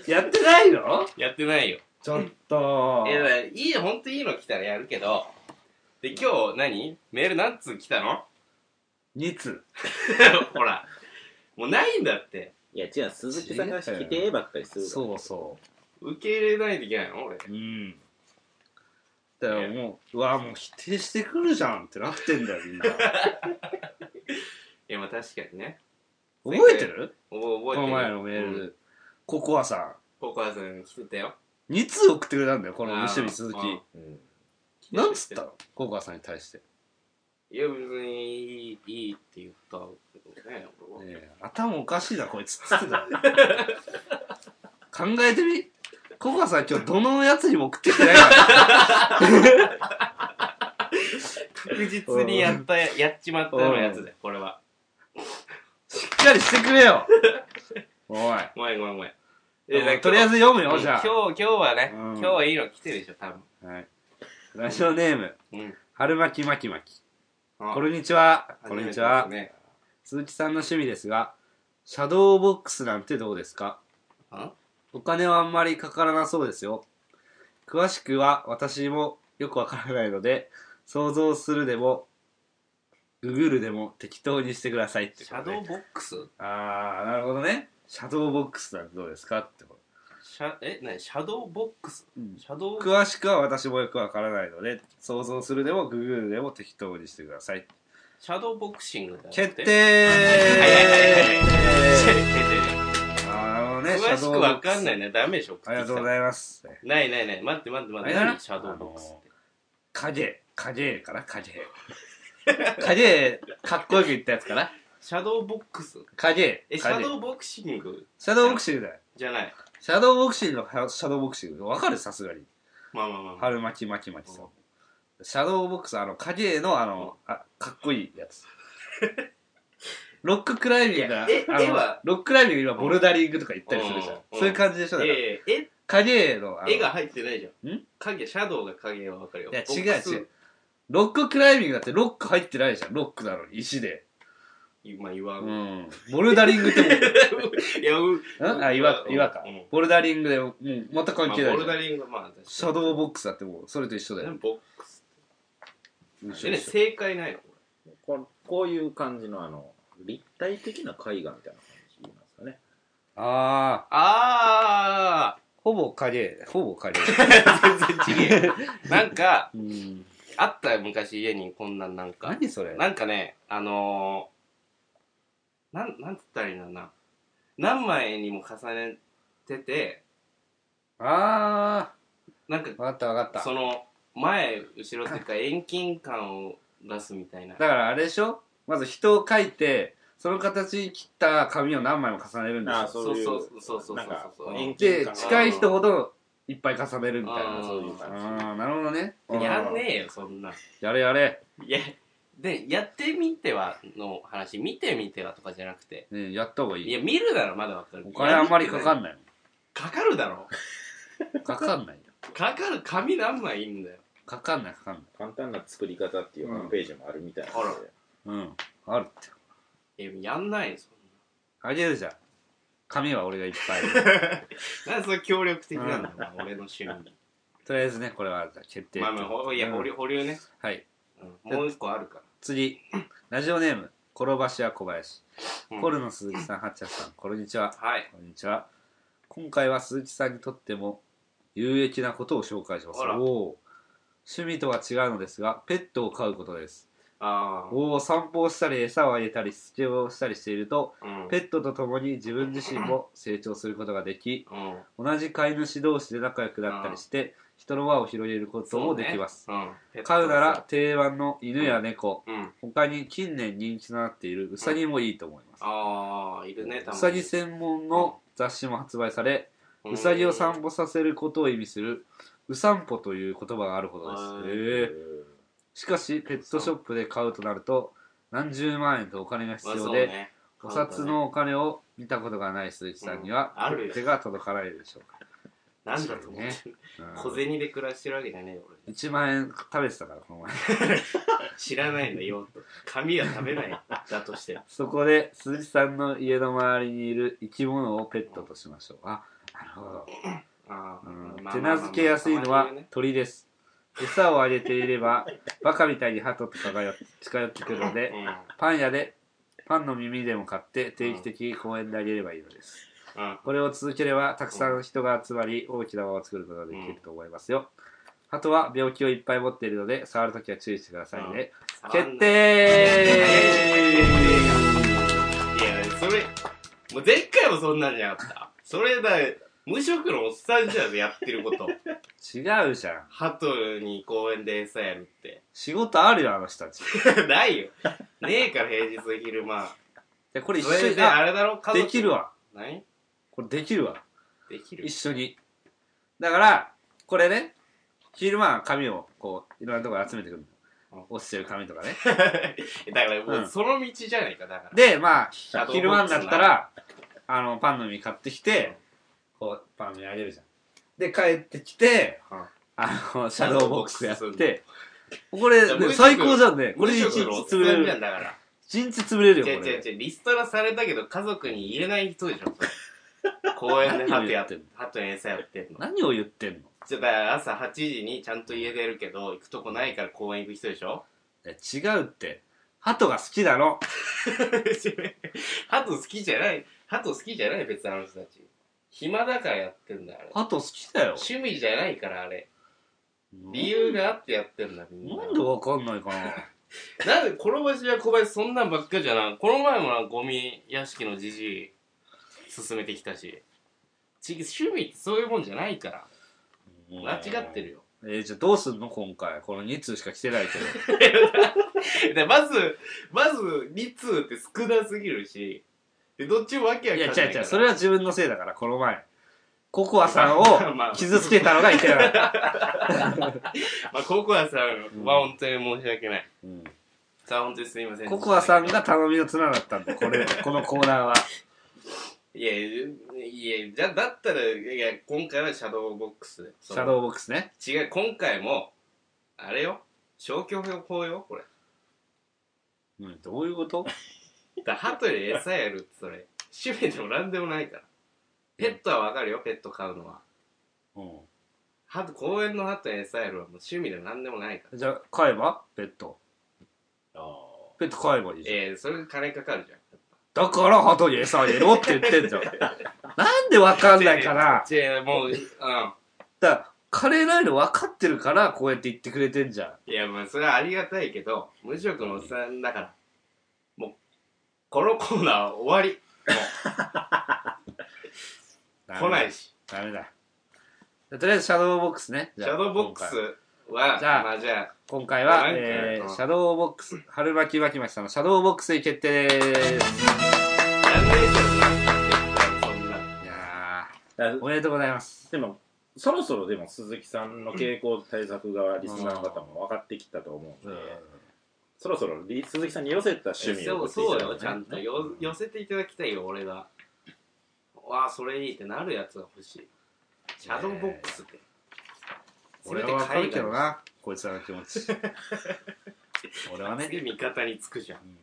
D: やってないの
A: やってないよ。
B: ちょっと
A: いやだからいいよ本当いいの来たらやるけど、で今日何？メール何通来たの？
D: 2通
A: ほら、もうないんだって。
C: いや違う鈴木さんが否定ばっかりするから
D: そうそう
A: 受け入れないといけないの俺。
D: うん。だ からもう、うわ、もう否定してくるじゃんってなってんだよ、みんな。
A: いやまあ確かにね
B: 覚えてる
A: お覚え
B: こ
A: てる
B: の前のメー
A: うん
B: ル。ココアさ
A: ココアさん来てたよ
B: ん。2通送ってくれたんだよ、この西見鈴
A: あーあ
B: 木。
C: うん
B: なんつったのココアさんに対して。
A: ーいや別にいいいいって言ったけどね俺は
B: ねえ頭おかしいな、こいつ。つって た考えてみココアさん今日どのやつにも送ってきてないから。
A: 確実にやったややっちまったようなやつだよこれは
B: しっかりしてくれよおい。
A: ごめんごめんごめんえ
B: お
A: だ
B: いとりあえず読むよ、
A: 今日
B: じゃあ。
A: 今日今日はね、
B: うん
A: 今日はいいの来てるでしょ多分
B: はい。ラジオネーム、
A: うん
B: 春巻き巻き巻き。
A: あ
B: こんにちは。こんにちは
A: 初。めてで
B: 鈴木さんの趣味ですが、シャドーボックスなんてどうですか
A: あ
B: お金はあんまりかからなそうですよ。詳しくは私もよくわからないので、想像するでも、ググるでも適当にしてくださいって
A: すねシ
B: こと
A: ャ
B: ね
A: ドーボックス
B: あー、なるほどね。シャドーボックスなんてどうですかってこと。
A: シャえ何シャドーボックスシャドー
B: 詳しくは私もよくわからないので、想像するでもググるでも適当にしてください。
A: シャドーボクシングだよ
B: 決定あのね、シ
A: 詳
B: ャ
A: し
B: ド
A: く
B: ーボッ
A: わ
B: クス
A: かんないねダメでしょ
B: ありがとうございます。
A: ないないない待って待って待って
B: あれだな
A: 何シャドーボックスって
B: 影、影かな影。 影、かっこよく言ったやつかな
A: シャドーボックス
B: 影。
A: えシャ
B: 影
A: ドーボクシング
B: シャドーボクシングだよ。
A: じゃない
B: シャドーボクシングのはシャドーボクシング。わかるさすがに。
A: まあまあまあまあ
B: 春巻き巻き巻きさん。シャドーボクス、あの、影のあの、あ、かっこいいや つ。ロッククライミングが、あ
A: え絵
B: の
A: は、
B: ロッククライミング今ボルダリングとか行ったりするじゃん
A: うん。うん
B: そういう感じでしょだから。
A: えええ
B: 影の、あの、
A: 絵が入ってないじゃん
B: ん
A: 影シャドウが影はわかるよ
B: いや、
A: ボッ
B: 違
A: クス
B: う違う。ロッククライミングだってロック入ってないじゃん。ロックなのに、石で。
A: 今言わ
B: うんん。ボルダリングってもう、
A: いやう
B: うんあ、岩、岩か
A: うん。
B: ボルダリングで、うん、全く
A: ま
B: 関
A: あ
B: 係ない
A: ボ
B: じ
A: ル
B: ゃ
A: ダ
B: ん。
A: リングはまあ確かに
B: シャドーボックスだってもう、それと一緒だよ。
A: ボックス
B: 一緒
A: えね
B: 一緒
A: 正解ないの
C: このこういう感じのあの立体的な絵画みたいな感じなんですかね
B: あー、
A: ああ
B: ほぼ影、ほぼ影。
A: 全然違え よなんか
B: うん。
A: あったよ昔家にこんなんなんか
B: 何それ
A: なんかねあのー、なんなんつったらいいんだろうな何枚にも重ねてて
B: あ
A: なんか
B: ー、わかったわかった。
A: その前後ろっていう か遠近感を出すみたいな
B: だからあれでしょまず人を描いて、その形に切った紙を何枚も重ねるんで
C: あ
B: す
C: そういう
A: そうそうそうそうそう
C: なんか
A: そう
C: 遠
B: よ。
C: 近
B: で、
C: 感が
B: 近い人ほどいっぱい重ねるみたいな
A: あ。ー
C: そういう感じ
B: あー、なるほどね。
A: やんねえよそんな
B: やれやれ。
A: いやでやってみてはの話見てみてはとかじゃなくて
B: ねやった方がい
A: いや
B: い。
A: 見るならまだわかる
B: お金あんまりかか
A: る
B: んないも
A: かかるだろ
B: ん。かかんないよ。
A: かかる紙何枚いいんだよ
B: かかんないかかんない。
C: 簡単な作り方っていうホームページもあるみたいな
A: うんあ
B: う
C: ので、
B: ん。あるって。
A: えやんないよそ
B: あげるじゃん。紙は俺がいっぱいあ る。
A: んななんでそれ協力的なんだよ、お前俺の趣味
B: とりあえずね、これはじゃあ決定。
A: まあまあほいや
B: うん
A: 保留保留ね、
B: はい。
A: うん、もう一個あるか
B: 次。ラジオネーム、転ばし屋小林。
A: ら、うん
B: コルの鈴木さん、ハッチャさん、こんにちは。
A: はい
B: こんにちは。今回は鈴木さんにとっても有益なことを紹介します。
A: あら
B: おー趣味とは違うのですが、ペットを飼うことです。
A: あ
B: おお、散歩をしたり、餌をあげたり、しつけをしたりしていると、
A: あうん
B: ペットと共に自分自身も成長することができ、
A: うん
B: 同じ飼い主同士で仲良くなったりして、人の輪を広げることもできます。
A: うんペット
B: 飼うなら定番の犬や猫、
A: うん
B: 他に近年人気となっているウサギもいいと思います。
A: ああいるねたま
B: ウサギ専門の雑誌も発売され、
A: に
B: ウサギを散歩させることを意味する、ウ散歩という言葉があるほどです。
A: へ
B: へえしかし、ペットショップで買うとなると、何十万円とお金が必
A: まあそ
B: 要
A: う
B: で、
A: ね
B: お札のお金を見たことがない鈴木さんには
A: うんあるよ
B: 手が届かないでしょ
A: なんだと思ってる
B: うか、
A: 小銭で暮らしてるわけじゃねえよ
B: うん、1万円食べてたからこの前
A: 俺知らないんだよと紙は食べないだとして
B: そこで鈴木さんの家の周りにいる生き物をペットとしましょうあなるほど、
A: あ
B: う
A: ー
B: ん
A: まあ
B: 手なずけやすいのは鳥です餌をあげていればバカみたいに鳩とかがよ 近寄ってくるので
A: うん
B: パン屋でパンの耳でも買って定期的に公園であげればいいのです
A: うん
B: これを続ければたくさん人が集まり大きな輪を作ることができると思いますよ。あとは病気をいっぱい持っているので触るときは注意してくださいね。
A: 触んな
B: 決定
A: えーれ、もう前回もそんなんじゃなかった。それだ、無職のおっさんじゃん、やってること。
B: 違うじゃん。
A: ハトに公園で餌やるって。
B: 仕事あるよ、あの人たち。
A: ないよ。ねえから、平日の昼間。
B: でこれ一
A: そ
B: 緒
A: れ
B: に、
A: で、
B: あ
A: あれだろ、家族。
B: できる。わ。
A: 何
B: これできるわ。
A: できる
B: 一緒に。だから、これね、昼間は紙をこう、いろんなところ集めてくる
A: うん
B: の。落ちてる紙とかね。
A: だからもうその道じゃないか、だから。
B: で、ま
A: シャ
B: あ、
A: ドーボックスな
B: 昼間になったら、あの、パンの実買ってきて、こう、パンの実あげるじゃん。で、帰ってきて
A: うん、
B: あの、シャドーボックスやっ
A: シャドーボック
B: て、これ、
A: じゃあ
B: ね
A: 無職
B: 最高じゃんね。こ
A: 無
B: れで一
A: 職のおっ
B: 日
A: さ
B: 潰れ
A: んじゃん
B: る。
A: だから。
B: 一日潰れるよ、
A: 違う
B: こ
A: 違う
B: れ。
A: 違う、リストラされたけど家族に入れない人でしょ、それ公園でハトやって
B: 何を言ってんの、
A: ハトに餌やってんの。
B: 何を言ってんの
A: じゃあだから朝8時にちゃんと家出るけど、行くとこないから公園行く人でしょ
B: いや違うって。鳩が好きなの。
A: ハト好きじゃない、ハト好きじゃない、別にあの人たち。暇だからやってんだ、あれ。
B: 鳩好きだよ。
A: 趣味じゃないから、あれ。理由があってやってんだ、みんな。
B: なんでわかんないかな。
A: なんで転ばしや小林そんなんばっかじゃなこの前もなゴミ屋敷のじじい進めてきたしち趣味ってそういうもんじゃないから 間違ってるよ
B: えーじゃあどうすんの今回。この2通しか来てないけど。
A: でまずまず2通って少なすぎるしでどっちもわけわ
B: い
A: か
B: や、
A: んない
B: 違
A: から
B: う違う。それは自分のせいだから、この前。ココ アさんを傷つけたのがいけない。
A: まあココアさんは本当に申し訳ない、
B: うん
A: さあ本当にすみません
B: ココアさんが頼みの綱だったんで、こ れ、このコーナーは。
A: いやいやじゃだったらいや今回はシャドーボックスで
B: シャドーボックスね。
A: 違う今回もあれよ消去法よこれ
B: うん、どういうこと
A: だハトに餌やるってそれ趣味でも何でもないからペットはわかるよペット飼うのは
B: う
A: ハト公園のハトに餌やるはもう趣味でも何でもないから
B: ん。じゃあ、買えばペット。ペット買えばいいじゃん。
A: ええそれ金かかるじゃん
B: だから、鳩に餌あげろって言って んじゃん。なんでわかんないかな。
A: 違うもううんい
B: だから、カレーライド分かってるから、こうやって言ってくれてんじゃん。
A: やまあそれはありがたいけど無職のおっさんだからもうこのコーナーは終わり来ない
B: し。
A: し
B: ダメだ。じゃあとりあえず、シャドーボックスね。
A: シ
B: じゃあ
A: ャドーボックスは
B: じゃあ
A: まあじゃあ
B: 今回は、
A: はい
B: え
A: うん
B: ー、シャドーボックス、春巻き巻きましたのシャドーボックスに決定です。
A: やんないでしょそんない
B: や
C: だ
B: ー、おめでとうございます。
C: でもそろそろでも鈴木さんの傾向対策がリスナーの方も分かってきたと思うんで、そろそろリ鈴木さんに寄せた趣味
A: そ
C: を
A: うそうよちゃんとよ寄せていただきたいよ俺がわあそれいいってなるやつが欲しいシャドーボックスって、せめ
B: 俺
A: て
B: はわかる
A: 海
B: け
A: 外
B: ど
A: の
B: な、こいつらの気持ち。 俺はね、
A: で味方につくじゃん
B: うん
A: い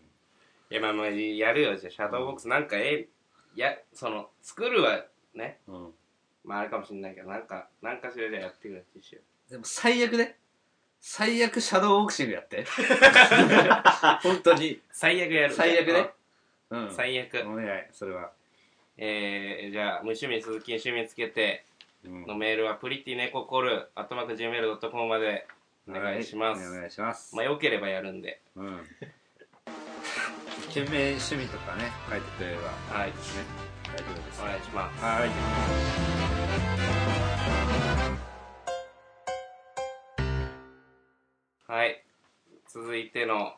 A: やまあまあやるよじゃあシャドーボックスなんかええやその作るはね
B: うん
A: まああれかもしんないけどなんかなんかしらじゃあやってくれって一緒
B: でも最悪ね、最悪シャドーボクシング やって。本当に。
A: 最悪やる
B: 最悪ね。うん
A: あ。最悪、
B: お願い、それは。
A: えー、じゃあ無趣味鈴木に趣味つけて
B: うん
A: のメールはプリティネココルアットマーク Gmail.com までお願いします、
B: お願いします。
A: まあよければやるんで
B: うん。懸命趣味とかね、書いてくれれば
A: はい
B: 大丈夫です。
A: お願いします
B: はい。
A: はい。続いての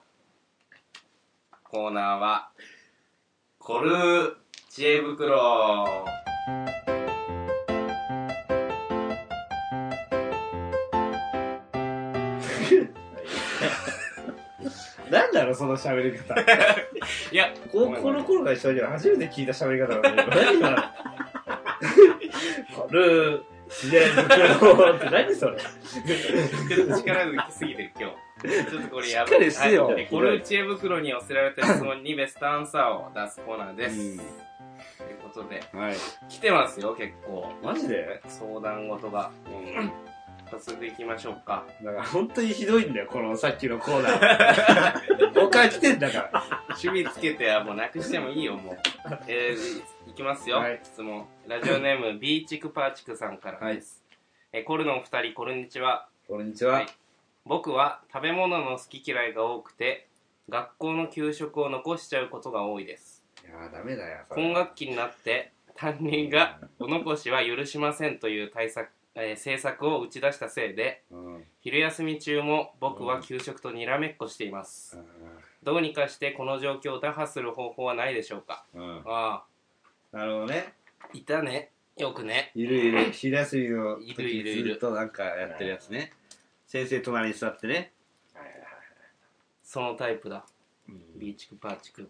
A: コーナーは、コルー知恵袋。
F: なんだろう、その喋 り方。
A: いや、
F: 高校の頃が一緒だけど、初めて聞いた喋り方だね。何 今。ルー、 で、袋 って何それ。
A: ちょっと力抜きすぎてる、今日。ちょっとこれやばい。
B: しっかりしてよ
A: はいコルー知恵袋に寄せられた質問にベストアンサーを出すコーナーです。
B: うん
A: ということで、
B: はい。
A: 来てますよ、結構。
B: マジで
A: 相談事が。早速行きましょうか。
B: だから本当にひどいんだよ、このさっきのコーナー。 他来てんだから。
A: 趣味つけてはもうなくしてもいいよもう、えー、いいきますよ、
B: はい
A: 質問ラジオネームビーチクパーチクさんからです、えーコルのお二人こんにちは
F: こんにちは。
A: 僕は食べ物の好き嫌いが多くて学校の給食を残しちゃうことが多いです
B: いやあーダメだよ。それ
A: 今学期になって担任がお残しは許しませんという対策、えー政策を打ち出したせいで
B: うん。
A: 昼休み中も僕は給食とにらめっこしています
B: あ
A: どうにかしてこの状況を打破する方法はないでしょうか
B: ーうん。
A: あ
B: なるほどね。
A: あいたねよくね
B: いるいる。昼休みの時
A: いるいるいる
B: ずっとなんかやってるやつね。先生隣に座ってね。
A: そのタイプだビーチクパーチク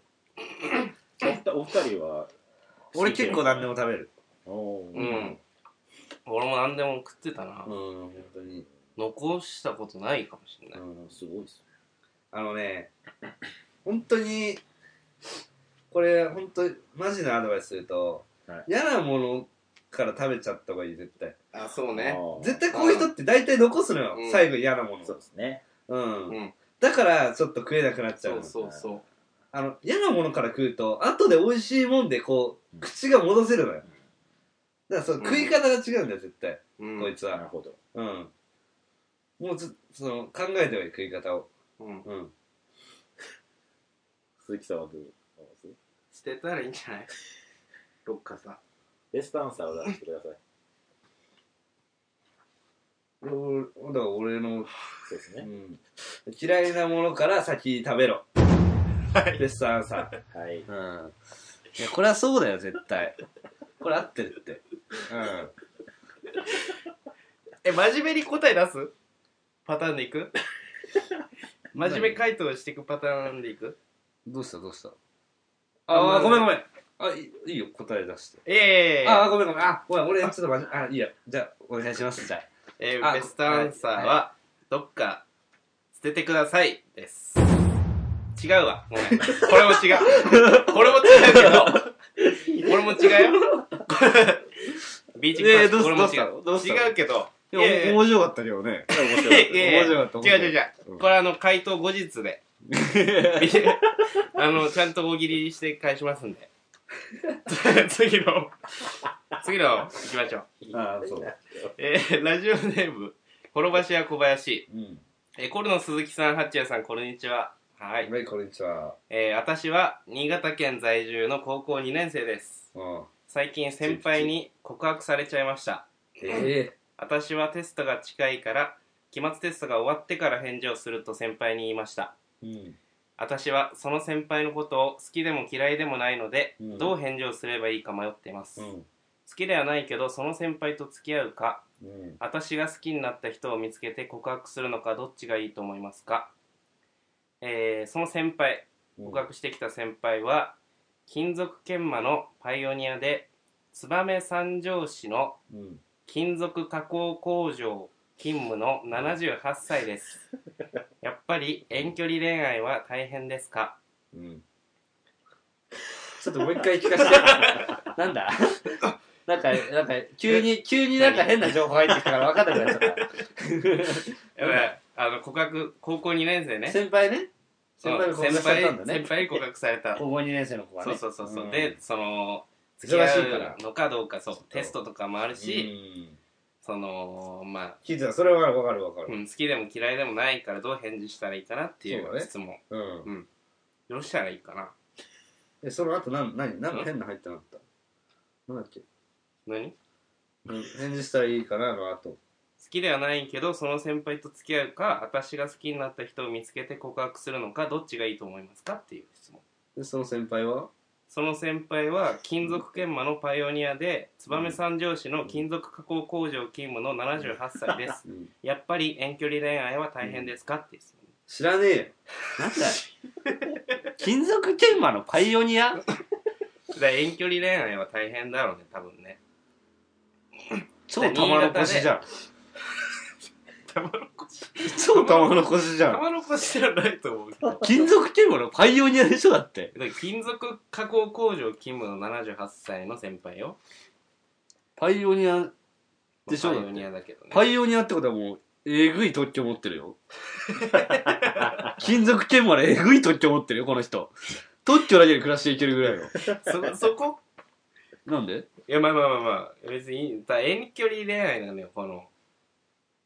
C: お二人は
D: 俺結構何でも食べる
C: おー
A: うん俺も何でも食ってたな、
B: うん、本当に。
A: 残したことないかもしれな
B: う
A: い、
B: ん。
C: すごいっす
B: あのね、本当に、これ本当マジなアドバイスすると、
C: はい
B: 嫌なものから食べちゃった方がいい、絶対。
A: あそう
C: ねあー
B: 絶対こういう人って大体残すのよ、
A: うん
B: 最後嫌なもの。
C: そうですね
B: うん。
A: うん
B: だから、ちょっと食えなくなっちゃう
A: そ
B: の
A: うそうそう
B: あの、嫌なものから食うと、後で美味しいもんで、こ
C: う
B: う、
C: ん
B: 口が戻せるのよ。だから、その
A: うん
B: 食い方が違うんだよ、絶対。
A: うん
B: こいつ
C: なる
B: は。
C: ほど
B: うん。もうず、その、考えてはいい、食い方を。
A: うん
B: うん。
C: 鈴木さんはどう思います
A: 捨てたらいいんじ ゃないどっかさ
C: ベストアンサーを出してください
B: 俺だから俺の、
C: そうです
B: う
C: ね
B: ん。嫌いなものから先に食べろ。ベストアンサー。
C: はい
D: うんいやこれはそうだよ絶対
B: これ合ってるって。うん。
A: え真面目に答え出すパターンで いく真面目回答していくパターンでいく
B: どうしたどうした
A: あ
B: あー、ごめんご
A: ん
B: めん。あ、いいいいよ、答え出して。
A: えー、
B: あー、ごめんごめん。あ、ごめん、俺、ちょっとまじ、あ、いいや。じゃあ、お願いします、じゃあ。
A: え
B: あ
A: ー、ベストアンサーは、
B: は
A: どっか捨ててくださいです違うわごめんこれも違うこれも違うけどこれも違うよ ビーチク
D: えー
A: パ
D: どう
A: ー
D: し
A: これも違
D: どうしたの
A: う違うけど
D: い
A: いやい
D: や
A: や
D: 面白かったけどね
C: 面
A: いや
C: 白い
A: いやい
D: 面白
A: や
D: かった面白かっ
A: 違う
D: た
A: 違う違
D: う
A: うんこれあの回答後日で あのちゃんと大喜利して返しますんで 次の次の行きましょう
B: ああ、そうだ。
A: えーラジオネーム転ばし屋小林
B: うん。
A: えーコルの鈴木さんハッチヤさんこんにちははい、
B: はい、こんにちは。
A: えー私は新潟県在住の高校2年生です
B: うん。
A: 最近先輩に告白されちゃいました
B: え
A: 私はテストが近いから期末テストが終わってから返事をすると先輩に言いました
B: え
A: 私はその先輩のことを好きでも嫌いでもないので、
B: うん
A: どう返事をすればいいか迷っています、
B: う
A: 好
B: ん。
A: きではないけどその先輩と付き合うか
B: うん。
A: 私が好きになった人を見つけて告白するのかどっちがいいと思いますか、えーその先輩告白してきた先輩は、金属研磨のパイオニアで燕三条市の
B: うん。
A: 金属加工工場勤務の78歳 です。やっぱり遠距離恋愛は大変ですか
B: うん。
D: ちょっともう一回聞か せて。なんだ なんか、なんか、急に、急になんか変な情報入ってきたから分かんなくなっちゃっ
A: やばい、あの、告白、高校2年生
D: た。
A: ね。
D: 先輩ね。先輩
A: う
D: が
A: ん
D: 告白されたんだね
A: 先。輩に告白された。
D: 高校2年生の子が
A: そう
D: ね。
A: そうそうそう。
B: うん
A: で、その、付き
B: 忙
A: 合
B: しいから
A: うのかどうか、そう、テストとかもある
B: う
A: し、
B: ん。
A: その、まあ、
B: キズはそれはわかるわかるわか
A: う
B: る。
A: ん好きでも嫌いでもないからどう返事したらいいかなってい
B: そうだ
A: う
B: ね
A: 質問。
B: うん。
A: どうしたらいいかな
B: え、その後、なん、なに、なんか変な入ったなった。なんだっけ。
A: 何好
B: うん返事したらいいかな、の後。
A: きではないけど、その先輩と付き合うか、私が好きになった人を見つけて告白するのか、どっちがいいと思いますかっていう質問。
B: で、その先輩は
A: その先輩は金属研磨のパイオニアで燕三条市の金属加工工場勤務の78歳です
B: うん。
A: やっぱり遠距離恋愛は大変ですかって質問
B: 知らねえよ。
D: なんだ 金属研磨のパイオニア
A: だから遠距離恋愛は大変だろうね多分ね
D: 超玉の腰じゃん。
A: 玉の腰
D: 超玉の腰 じゃん。
A: 玉の腰じゃないと思うけどだか
D: 金属研磨のパイオニアでしょだって。
A: ら金属加工工場勤務の78歳の先輩よ
D: パイオニアでしょ
A: パ
D: だ
A: イ
D: っ
A: オニ
D: て。
A: アだけどね
D: パイオニアってことはもう、えぐい特許持ってるよ。金属研磨のえぐい特許持ってるよ、この人。特許だけで暮らしていけるぐらいの。
A: そそこ
D: なんで
A: いやまあまあまあまあ別にいいだから遠距離恋愛なのよこのこ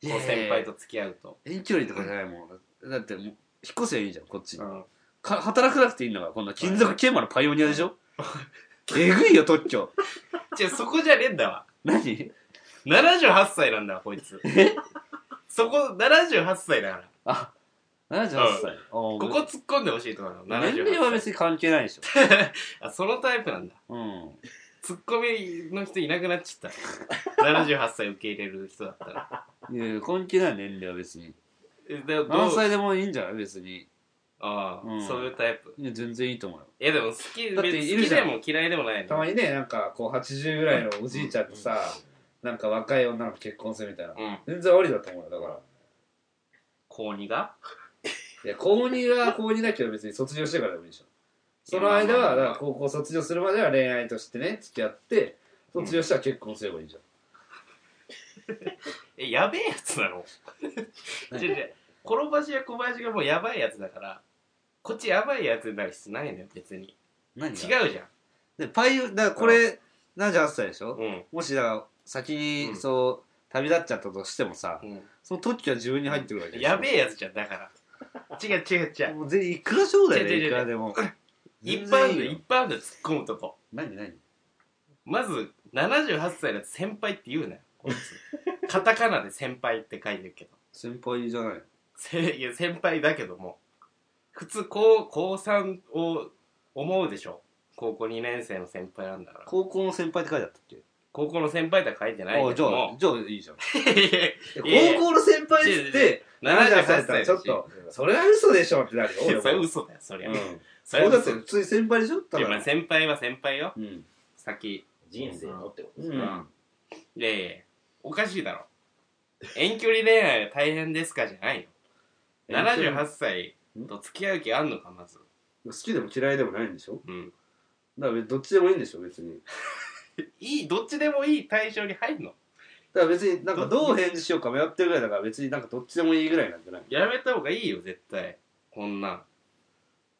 A: う先輩と付き合うと、
D: 遠距離とかじゃないもんだだってもう引っ越せばいいじゃんこっちに、
A: うん
D: か働かなくていいんだからこんな金属研磨のパイオニアでしょ、えぐいよ、特許。
A: じゃあそこじゃねえんだわ。
D: 何
A: 78歳なんだわ、こ いつ。そこ、78歳だから。
D: あ、78歳。こ
A: ここ突っ込んでほしいところなの。
D: 年
A: 78
D: 齢は
A: 歳。
D: 別に関係ないでしょ。
A: あ、そのタイプなんだ。
D: うん。
A: ツッコミの人いなくなっちゃった。78歳受け入れる人だったら。
D: いやいや関係ない年齢は別に。
A: えでもどう
D: 何歳でもいいんじゃない別に。
A: ああ、
D: うん
A: そういうタイプ。
D: いや全然いいと思うよ。
A: いやでも好き、
D: だって
A: 別に
D: いるじゃん
A: 好きでも嫌いでもない
B: た
A: の。
B: まにねなんかこう80ぐらいのおじいちゃんとさ、なんか若い女の子結婚するみたいな、
A: うん。
B: 全然ありだと思うよだから
A: 高二が
B: いや高2は高2だけど別に卒業してからでもいいでしょその間
A: いやまあま
B: は
A: あ
B: だから高校卒業するまでは恋愛としてね付き合って卒業したら結婚すればいいじゃん、
A: え、やべえやつなの
D: 何
A: 違う違う。転ばしや小林がもうやばいやつだから、こっちやばいやつになる必要ないのよ、別に。
D: 何
A: 違う
D: が
A: じゃん。
D: で、パイ、だからこれ、78歳でしょ
A: うん。
D: もしだから、先
A: う
D: に、
A: ん
D: そう、旅立っちゃったとしてもさ
A: う、ん
D: その特許は自分に入ってくるわけでしょ
A: やべえやつじゃん、だから。違う違う違う。
D: もう全いくらそうだよね、
A: 違う違う違う
D: いくらでも。
A: 一般
D: で
A: で、一般で突っ込むとこ。
D: 何何
A: まず、78歳だと先輩って言うなよ、こいつ。カタカナで先輩って書いてるけど。
D: 先輩じゃない。
A: せいや、先輩だけども。普通、高、高3を思うでしょ。高校2年生の先輩なんだから。
D: 高校の先輩って書いてあったっけ
A: 高校の先輩とは書いてない
D: あ
A: け
D: じゃ
A: ど
D: あ
A: も。、
D: じゃあいいじゃん。
A: いやいや
B: 高校の先輩っつって
A: 78歳
B: 78歳
A: だ
B: だ
A: し
B: ちょっとそれは嘘でしょってなるよ
A: いや、それ
B: 俺も
A: 嘘だよ、そりゃ。
B: うん
A: それ
D: そう
A: は
D: だっ
A: 嘘
D: て普通に先輩でしょた
A: いや
D: だ
A: まあ
D: の
A: 先輩は先輩よ。
D: うん。
A: 先。
C: 人生のってことです
B: う
C: ね、
B: ん
A: いやいやおかしいだろ。遠距離恋愛は大変ですかじゃないよ。78歳と付き合う気あんのか、まず。
B: 好きでも嫌いでもないんでしょ
A: うん。
B: だからどっちでもいいんでしょ別に
A: いい、どっちでもいい対象に入んの。
B: だから別になんか
D: ど
B: ど
D: う
B: う
D: 返
B: 返事しようか迷ってるぐらいだから別になんかどっちでもいいぐらいなんじゃない
A: やめた方がいいよ、絶対。こんなん。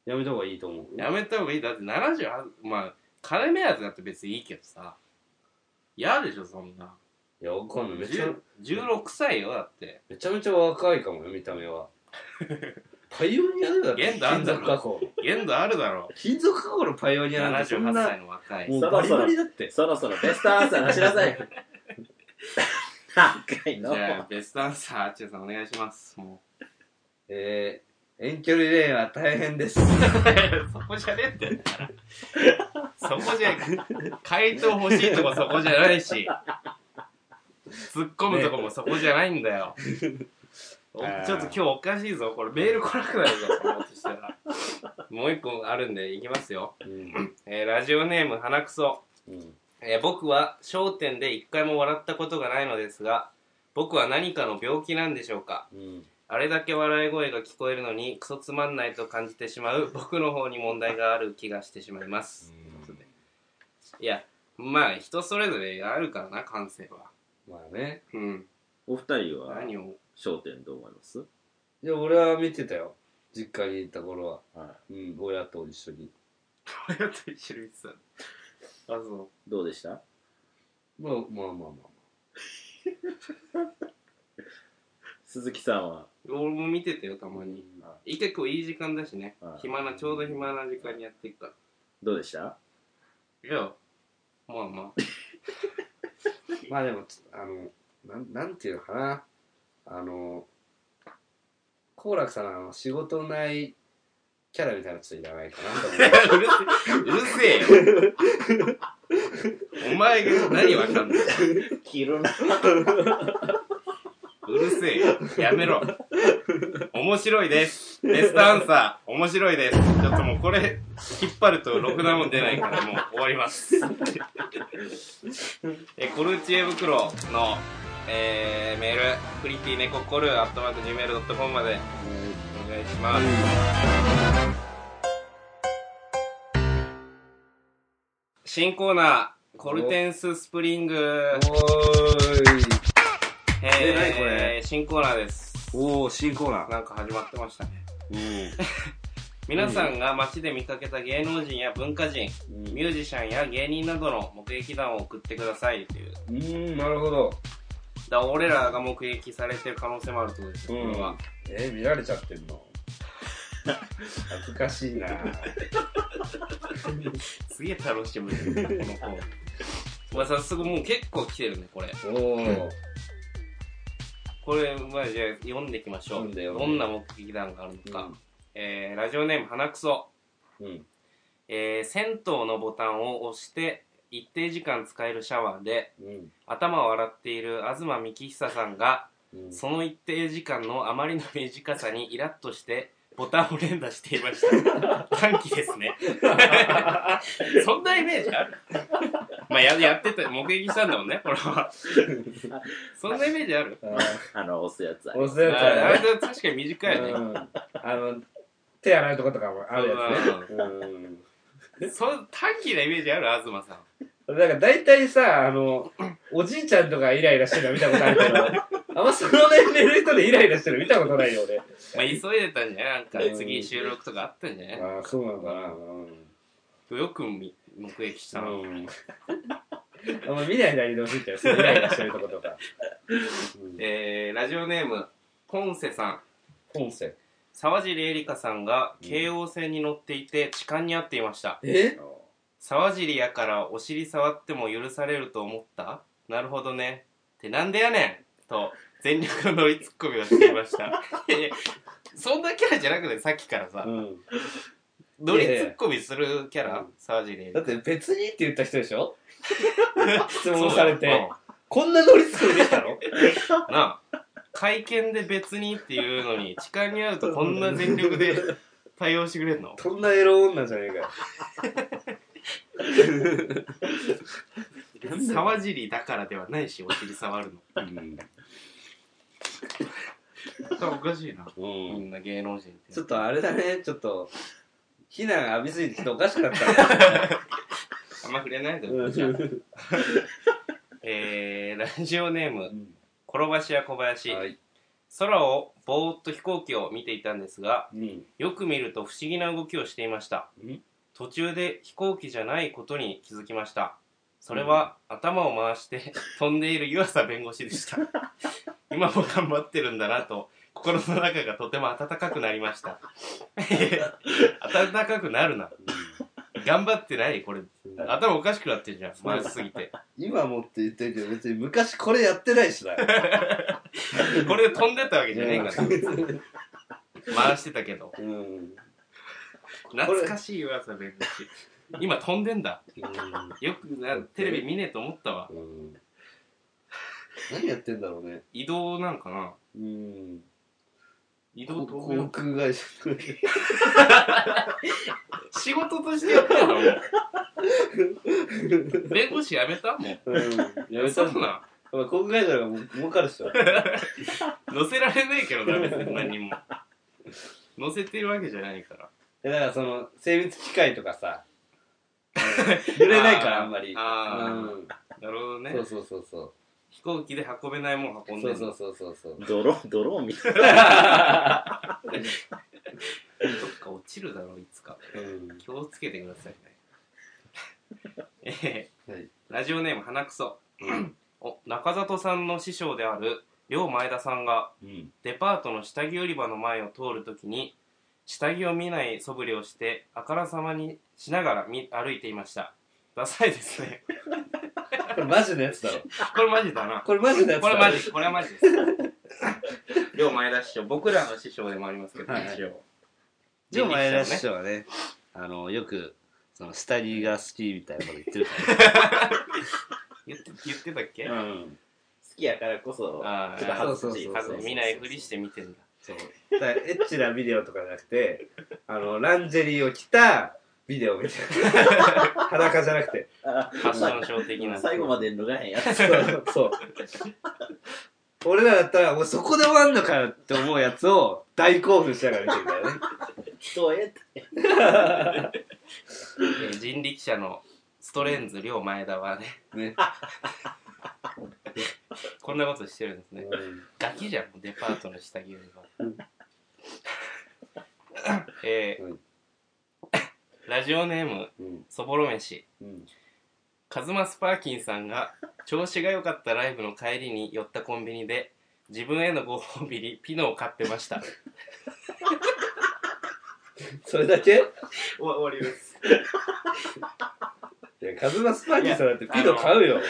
B: やめた方がいいと思う
A: やめた方がいい。だって78、まあ、金目当てだって別にいいけどさ。嫌でしょ、そんな。
B: いやわかんないめちゃ
A: 10 16歳よ、だって。
B: めちゃめちゃ若いかもよ見た目 はパイオニアだよだって
A: 現代あん
B: 金
A: だろ
B: 属加工
A: 限度あるだろ。
B: 金属加工のパイオニアなんてそん
A: 78
B: な
A: 歳の若い。
B: もうバリバリだって
C: そろそろベストアンサー出しなさい高いの
A: じゃあ、ベストアンサー、あっちゅうさんお願いします。も
B: えー、遠距離恋愛は大変です
A: う。そこじゃねえってんだから。そこじゃ、回答欲しいとこそこじゃないし、突っ込むとこもそこじゃないんだよ。お
B: あー
A: ちょっと今日おかしいぞ。これメール来なくなるぞ、このことしたら。もう一個あるんで、いきますよ。
B: うん、
A: えーラジオネーム、花くそ。
B: うん、
A: えー僕は『笑点』で一回も笑ったことがないのですが僕は何かの病気なんでしょうか
B: うん
A: あれだけ笑い声が聞こえるのにクソつまんないと感じてしまう僕の方に問題がある気がしてしまいますいやまあ人それぞれあるからな感性は
B: まあね
A: うん
C: お二人は
A: 何を
C: 『焦点』どう思います
B: いや俺は見てたよ実家に行った頃は
C: は
B: うん親と一緒に
A: 親と一緒に言ってたのあそ
C: いどうでした
B: まあまあまあまあ
C: 鈴木さんは
A: う俺も見てたよたまに一回こういい時間だしね
C: はい
A: 暇なちょうど暇な時間にやっていくから
C: どうでした
A: いやまあまあ
B: まあでもつあのなんなんていうのかなあの好楽さんのあの仕事ないキャラみたいなのちょっといらないかなと思う
A: うるせうるせえよ。お前が何わかんない。
C: 着るな
A: うるせえよ。やめろ。面白いです。ベストアンサー、面白いです。ちょっともうこれ、引っ張るとろくなもん出ないからもう終わります。え、コルチエ袋の、えー、メール、プリティネココル、アットマーク Gmail.com までお願いします。新コーナー、コルテンススプリング。
B: おーい
A: え
D: え何これ
A: 新コーナーです。
D: おー、新コーナー。
A: なんか始まってましたね。
D: うん。
A: 皆さんが街で見かけた芸能人や文化人、ミュージシャンや芸人などの目撃談を送ってくださいという。だか
B: うーんなるほど
A: ら俺らが目撃されてる可能性もあるってことです、これは。
B: えー見られちゃってんの恥ずかしいな
A: すげえ楽しむねこのコー ナー。まあ早速もう結構来てるね、これ。
B: おお
A: これ、まあじゃあ読んでいきましょう。
B: 読んで読
A: ど
B: んで
A: んな目撃談があるのか。
B: うん
A: えー、ラジオネーム、花くそ。
B: うん
A: えー、銭湯のボタンを押して、一定時間使えるシャワーで、
B: うん
A: 頭を洗っている東幹久さんが、
B: うん
A: その一定時間のあまりの短さにイラッとして、ボタンを連打していま した。短期ですね。そんなイメージあるまあややってた、目撃したんだもんね、これは。 そんなイメージある
B: あ
C: あの、押すやつあ
B: ー
C: れ。
B: 押すやつ
A: ああ
B: あ
A: れ
B: る
A: 確かに短いよね
B: う。んあの手洗うとことかもあるやつねうん
A: そ短期なイメージある東さん。
B: なんか大体さ、あの、おじいちゃんとかイライラしてるの見たことあるけど、あんまその年齢の人でイライラしてるの見たことないよ、俺。
A: まあ、急いでたんじゃないなんか
B: うん
A: 次収録とかあったんじゃない
B: ああ、そうなの
A: か
B: か
A: な
B: な。
A: よく見目撃したの。
B: うん。あんま見ないであげてほしいんだよ、そのイライラしてるとことか。うん
A: えー、ラジオネーム、ポンセさん。
B: 本線。
A: 沢尻エリカさんが京王線に乗っていて痴漢に遭っていました。
B: え
A: 沢尻やからお尻触っても許されると思ったなるほどね。ってなんでやねんと、全力の乗りツッコミをしていま した。いやいやそんなキャラじゃなくて、さっきからさ
B: う。ん。
A: 乗りツッコミするキャ
B: う
A: ラ
B: ん
A: 沢尻エリカ
B: だって別にって言った人でし ょ質問され
A: そうだよ
B: て。こんなノリ作りできたの
A: なあ会見で別にっていうのに痴漢に遭うとこんな全力 で対応してくれんの
B: そんなエロ女じゃねえかよ。
A: 沢尻だからではないしお尻触るの
B: うん。
A: おかしいな
B: う
A: みんな芸能人って
D: ちょっとあれだね、ちょっと、避難浴びすぎてきておかしくなったね。
A: あんま触れないでおこうじゃあ
B: ん。
A: えー、ラジオネーム
B: ん
A: 転ばし屋小林、
B: はい。
A: 空をぼーっと飛行機を見ていたんですが
B: うん。
A: よく見ると不思議な動きをしていました
B: ん
A: 途中で飛行機じゃないことに気づきましたそれは頭を回して飛んでいる湯浅弁護士でした 今も頑張ってるんだなと心の中がとても温かくなりました温かくなるな頑張ってないこれ 頭おかしくなってるじゃん回しすぎて
B: 今もって言ってるけど別に昔これやってないしな。
A: これで飛んでったわけじゃねえ から回してたけど
B: うん。うん
A: 懐かしい湯浅弁護士今飛んでんだよくなテレビ見ねえと思ったわ
B: うん何やってんだろうね。
A: 移動なんかな
B: うん。
A: 移動
B: 航
A: 東京
B: 空会社。
A: 仕事としてやってんのもう弁護士辞めたもう
B: うん。やめた
A: そ
B: ん
A: う
B: だ。
A: な
B: やっぱ航空会社がもう儲かるっしょ。
A: ん乗せられないけ どな別に何も乗せてるわけじゃないから
B: えだからその、精密機械とか さ、揺れないからあんまり。
A: あ
B: うん
A: あなるほどね
B: そうそうそうそう。
A: 飛行機で運べないもん運んで
B: そう
A: る
B: そうそうそうそう。
C: ドローン、ドローンみたい
A: どっか落ちるだろういつか
B: うん。
A: 気をつけてください ねえー
B: はい
A: ラジオネーム花くそ、お中里さんの師匠である両前田さんが
C: うん。
A: デパートの下着売り場の前を通るときに下着を見ない素振りをしてあからさまにしながらみ歩いていましたダサいですね
B: これマジのやつだろ。
A: これマジだな
B: これマジのやつ
A: こ
B: だ
A: れ
B: ろ。
A: マジこれはマジです両前田師匠僕らの師匠でもありますけど、
B: はい
A: 一応
D: でも前田
A: 人力
D: 師
A: 車
D: 匠は
A: のね
D: ね、あの、よく、その、下着が好きみたいなこと言ってるから、
A: 言って言ってたっけ、
B: うん。
C: 好きやからこそ、
A: あー
C: ちょっと恥ずかしい
D: そう
A: あ
D: そうそう
A: 見ないふりして見てんだ
B: だからエッチなビデオとかじゃなくて、あの、ランジェリーを着たビデオみ たいな。裸じゃなくて。
C: あ
A: ファッションショー的な
C: 最後まで脱がへんやつ。
B: そう。そう俺らだったら、もうそこで終わんのかよって思うやつを大興奮しながら見てるからね。
C: 人へ
A: えー人力車のストレンズ両前田はね
B: ね
A: こんなことしてるんですねガキじゃんもうデパートの下着よりも えー
B: うん
A: ラジオネーム
B: うん。
A: そぼろ飯
B: うん。
A: カズマスパーキンさんが調子が良かったライブの帰りに寄ったコンビニで自分へのご褒美にピノを買ってました
B: それだけ
A: 終わ終わりです。
B: いや、カズマスパーキーさんだってピノ 買うよ。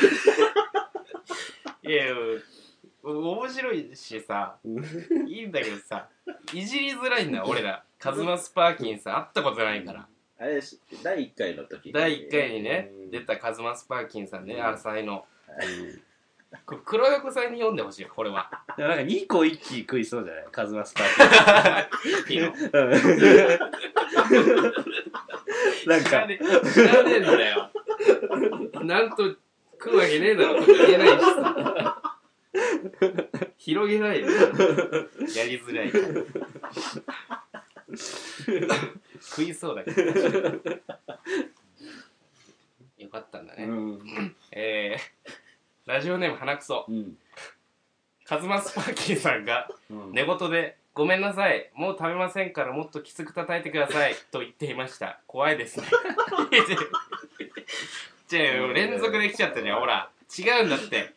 A: いやいや、もう面白いしさ、いいんだけどさ、いじりづらいんだ、俺ら。カズマスパーキンさ、会ったことないから。
C: あれし、第1回の時に
A: 第1回にね
B: う、ん
A: 出たカズマスパーキンさんね、浅井の。
D: うん
A: これ黒猫さんに読んでほしいよ、これは。
D: でもなんか2個一気に食いそうじゃないカズマスパー
A: いいの
D: キー。うんなん
A: 知ら
D: か、
A: ねえ知らねえんだよ。なんと食うわけねえだろとか言えないしさ。広げないよ。やりづらいから。食いそうだけど。よかったんだね。
D: うん
A: えー、ラジオネーム鼻くそ。
D: うん
A: カズマスパーキーさんが
D: うん
A: 寝言で「ごめんなさいもう食べませんからもっときつく叩いてください」と言っていました怖いですね じゃあ連続できちゃったじゃんほら違うんだって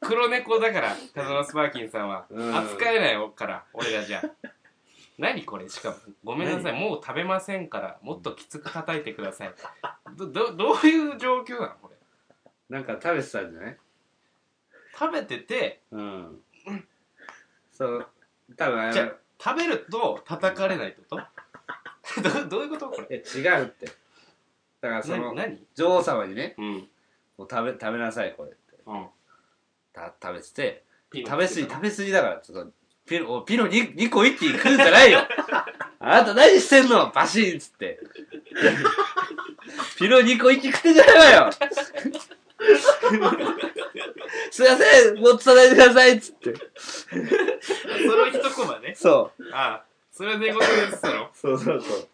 A: 黒猫だからカズマスパーキンさんは
B: うん
A: 扱えないから俺らじゃ何これしかも「ごめんなさいもう食べませんからもっときつく叩いてください」どどどういう状況なのこれ
D: なんか食べてたんじゃない
A: 食べてて
D: うん。そう、多分あれ
A: じゃあ食べると叩かれないってことどどういうこと これ
D: いや違うって。だからそ
A: 何
D: の、
A: 何
D: 女王様にね、
A: うん。
D: もう食べ、食べなさい、これって。
A: うん。
D: た食べてて、
A: ピノ
D: 食べ過ぎ、食べ過ぎだから、ちょっと、ピロ、おピロ 2, 2個一気に食うんじゃないよ あなた何してんのバシーンっつって。 ピロ2個一気に食ってんじゃない わよすいませんもっと叩いてくださいっつって。
A: その一コマね。
D: そう。
A: ああ。それは寝言ですたの
D: そうそうそう。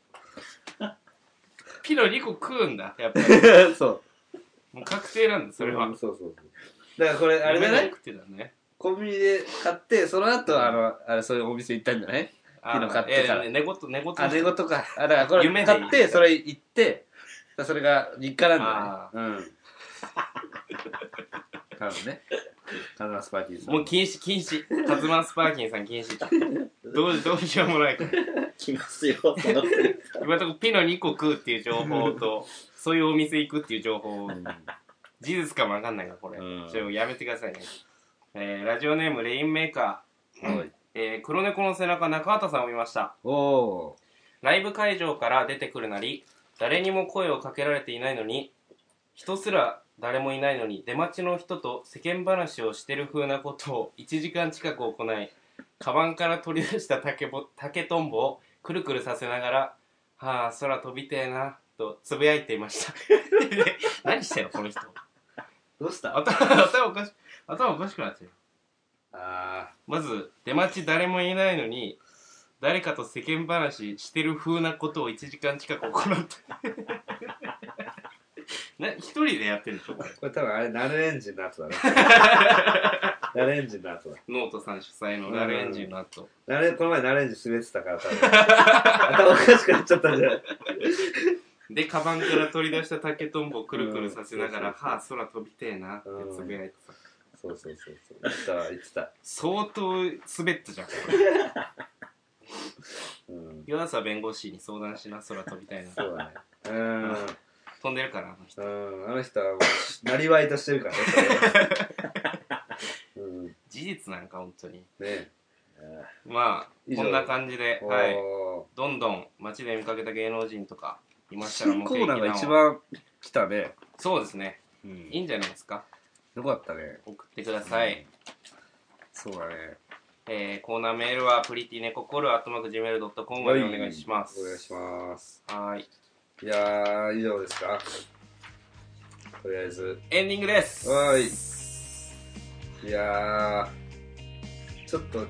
A: ピノ2個食うんだ、やっぱ り。
D: そう。
A: もう確定なんだ、それは。
B: うんそうそうそう。
D: だからこれ、あれだ
A: 夢
D: ね
A: の。食ってたね。
D: コンビニで買って、その後、あの、あれ、そういうお店行ったんじゃない
A: ああ
D: ピノ買ってから
A: いやいや寝言、寝言。
D: あ、寝言か。あ、だからこれ
A: 夢で
D: 買って、それ行って、だからそれが日課なん
A: あ
D: だね。うん。多分ね。カズマスパーティーさん。
A: もう禁止、禁止。カズマスパーキンさん禁止。どう、どうしようもないから。
C: 来ますよ、その時
A: 今のとこピノ2個食うっていう情報と、そういうお店行くっていう情報を事実かもわかんないから、これ。
D: うん
A: ちょ、やめてくださいね。えー、ラジオネーム、レインメーカ
D: おい。
A: ー。えー、黒猫の背中、中畑さんを見ました。
D: お
A: ライブ会場から出てくるなり誰にも声をかけられていないのに人すら誰もいないのに出待ちの人と世間話をしてる風なことを1時間近く行いカバンから取り出した竹ぼ竹とんぼをくるくるさせながら「はあ空飛びてえな」とつぶやいていました 何してんのこの人
D: ー。どうしたあ
A: 頭頭おかし頭おかしくなってる
D: あ
A: まず出待ち誰もいないのに誰かと世間話してる風なことを1時間近く行った な一人でやってるでしょこれ
B: これ多分あれ、ナルエンジンの後だね。ナルエンジンの後だ。
A: ノートさん主催のラルエンジンの後
B: ナレこの前ナルエンジン滑ってたから多分。頭おかしくなっちゃったんじゃない
A: でカバンから取り出した竹とんぼをくるくるさせながら「
B: うん
A: はあ空飛びてえな」ってつぶやいてた
B: そうそうそうそう。言ってたわ、言ってた。
A: 相当滑ったじゃんこれ
B: うん。
A: 湯浅弁護士に相談しな空飛びたいな
B: そうだね。うん。
A: 飛んでるからあの人
B: うん。あの人はもう、なりわいとしてるからねそれは。うん。ね
A: 事実なんか本当に
B: え。
A: まあ
B: 以上
A: こんな感じではい
B: おー
A: どんどん街で見かけた芸能人とかい
D: あ。
A: ましたら
D: 新
A: もう
D: コーナーが一番来たね。
A: そうですね
D: うん
A: いいんじゃないですか
D: よかったね。
A: 送ってください、
D: そうだね。
A: えーコーナーメールはプリティネココールアットマーク Gmail.com までお願いします
B: お願いします。
A: はーい
B: いやー、以上ですかとりあえず。
A: エンディングです
B: はーい。いやー、ちょっと、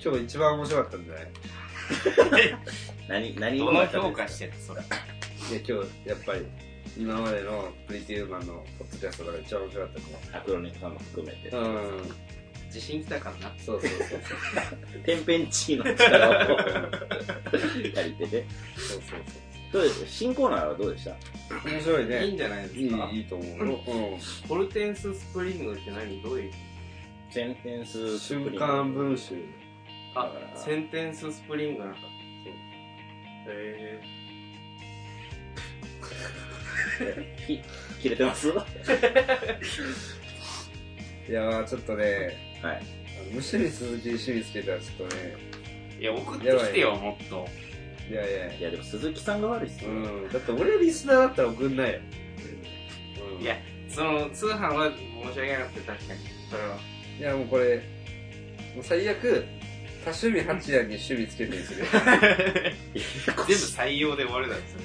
B: 今日一番面白かったんじゃない
C: 何、何
A: ど
C: 語
A: の
C: だったん
A: 評
C: です
A: 価
C: か
A: してるそれ
B: いや、今日、やっぱり、今までのプリティウーマンのポッドキャストが一番面白かったか
C: アクロネさんも含めて。
B: も。うん。
A: 自信きたかな
B: そうそうそう。
C: 天変地異の力を借りてね。
B: そうそう
C: どうでした新コーナーはどうでした
B: そう。面白い
A: いい
B: ね。
A: んじゃないで
B: い
A: すか
B: い、いいと思うよ。
A: コルテンススプリングって何どういう
C: センテン
B: う
C: ス
B: ん。瞬間文集。
A: あセンテンススプリングなんか
C: セ
A: ええ
C: き切れてますはい
B: やーちょっとね、
C: はい
B: あの無趣味続きに趣味つけたらちょっとね
A: いや、送ってきてよ、もっと。
B: いやいや
C: いやでも鈴木さんが悪いっす
B: う
C: ね、
B: んだって俺リスナーだったら送んないよ、うん
A: いやその、通販は申し訳なくて、確かに。それは。
B: いやもうこれもう最悪多趣味八夜に趣味つけてにする
A: 全部採用で終わるだろ、それ。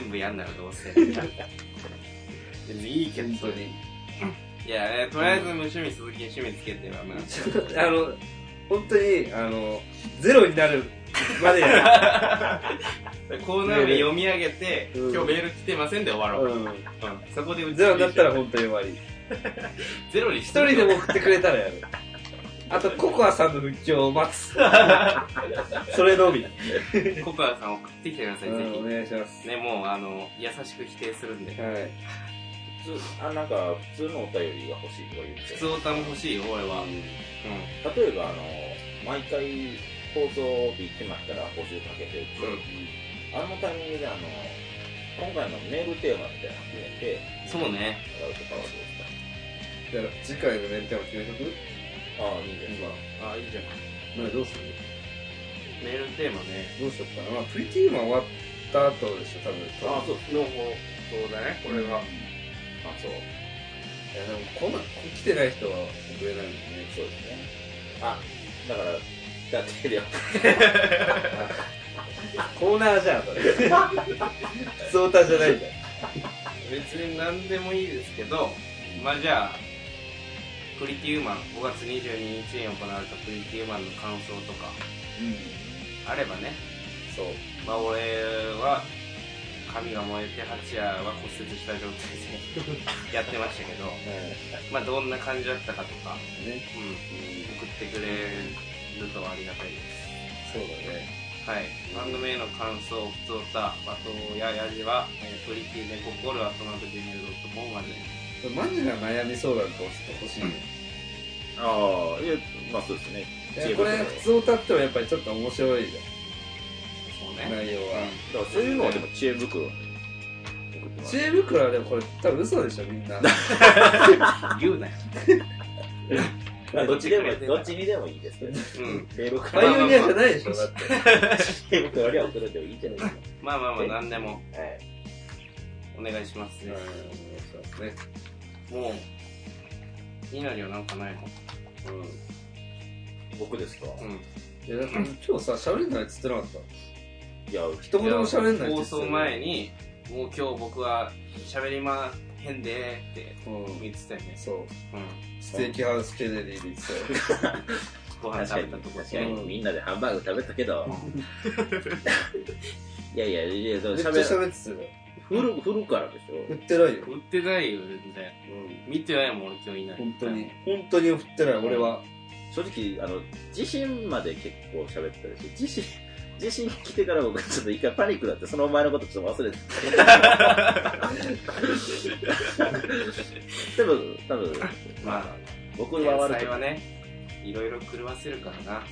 A: 全部やんならどうせ。別にいいけど
B: 本当に
A: いや、えーとりあえず無趣味続きに趣味つけてはな。
B: あの本当にあのゼロになるまでやる
A: コーナー名読み上げて、
B: うん
A: 今日メール来てませんで終わろう。
B: うん
A: うんそこで打ち切り
B: ゼロになったら本当に終わり
A: ゼロに一
B: 一人でも送ってくれたらやるあとココアさんの復調を待つ それのみ
A: ココアさん送ってきてください、
B: う
A: ぜ
B: んお願いします
A: ひ。ね、もう、あの、優しく否定するんで。
B: はい
C: 普通あなんか普通のお便りが欲しいとか言って
A: 普通歌も欲しいよ、俺は。うん。
C: 例えばあの毎回放送日決まったら募集かけてると、
A: うん
C: あのタイミングであの今回のメールテーマみたいなの決めて
A: そうね。
C: やるとかはどうで
B: じ
C: す
B: ゃあ次回のメンテも決めとく
C: かああいいですか、
A: あ、いいじゃん。
B: まあどうする
A: メールテーマね。
B: どうしようかなまあプリティーマン終わった後でしょ多分
C: あそう
A: の方そうだね、これは。
C: あそう
B: いやでもこんな来てない人は送れないもんね
C: そうですねあだからだってで
B: コーナーじゃんそれ普通歌じゃないんだよ
A: 別に何でもいいですけど、まあじゃあ、プリティウーマン、5月22日に行われたプリティウーマンの感想とか、あればね、
B: そう
A: まあ俺は、髪が燃えて、八夜は骨折した状態で やってましたけど、まあどんな感じだったかとか、
B: ね
A: うん、送ってくれるとありがたいです。
B: そうだね
A: はい、番組への感想、普通歌、バトややじは、えープリティネココールアットマークジメルドットコムまで。
B: これマジな悩み相談とか欲しいね
C: ああいやまあそうですね
B: いやこれ普通歌ってもやっぱりちょっと面白いじ
A: そう
B: ゃん
A: ね。
B: 内容は
C: だからそういうのはでも知恵袋に送ってます
B: 知恵袋はでもこれ多分嘘でしょみんな
A: 言うなよ。
C: まあどっちでもどっちにでもいいですけど
A: うん。
C: 知恵
B: パ
C: 袋
B: イ
C: は
B: オニアじゃないでしょだって
C: 知恵袋には送るでもいいじゃないです
A: まあまあまあ、
C: え
A: 何でも
C: かはい
A: お願いしますね。
B: そうですね
A: もう、いなりはなんかないの
B: うん
C: 僕ですか
A: うん。
B: いやだって今日さ喋れないっつってなかった
C: いや
B: 一言も喋れないっ
A: 放
B: つって
A: 送前に、もう今日僕は喋りまへんでーって
B: うん
A: 言ってたよね。
B: そう
A: うん。
B: ステーキハウスケネディに行って
A: ご飯食べたとこ
C: 確かに
B: うん
C: みんなでハンバーグ食べたけどいやいやいやでも
B: たよめっちゃ
C: 喋る
B: 喋ってたよ
C: 振る振るからでしょ
B: 振ってないよ
A: 売ってないよ、全然。
B: うん
A: 見てないもん、俺今日いない。
B: 本当に。本当に振ってない俺は
C: 正直あの地震まで結構喋ってたし地 震地震来てから僕ちょっと一回パニックだってその前のことちょっと忘れてた多分多分
A: まあ、
C: 僕は
A: 野
C: 悪く
A: 菜
C: な
A: はいねいろいろ狂わせるからな、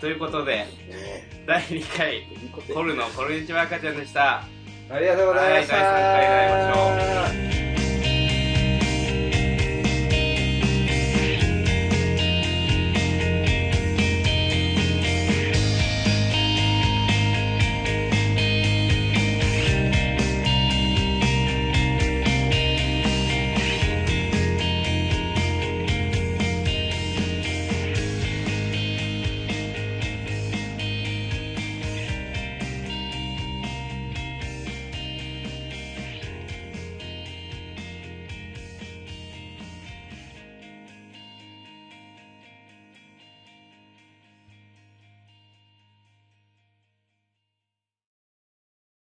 A: ということで第2回「コルのこんにちは赤ちゃん」でした
B: ありがとうございました
A: はい第三回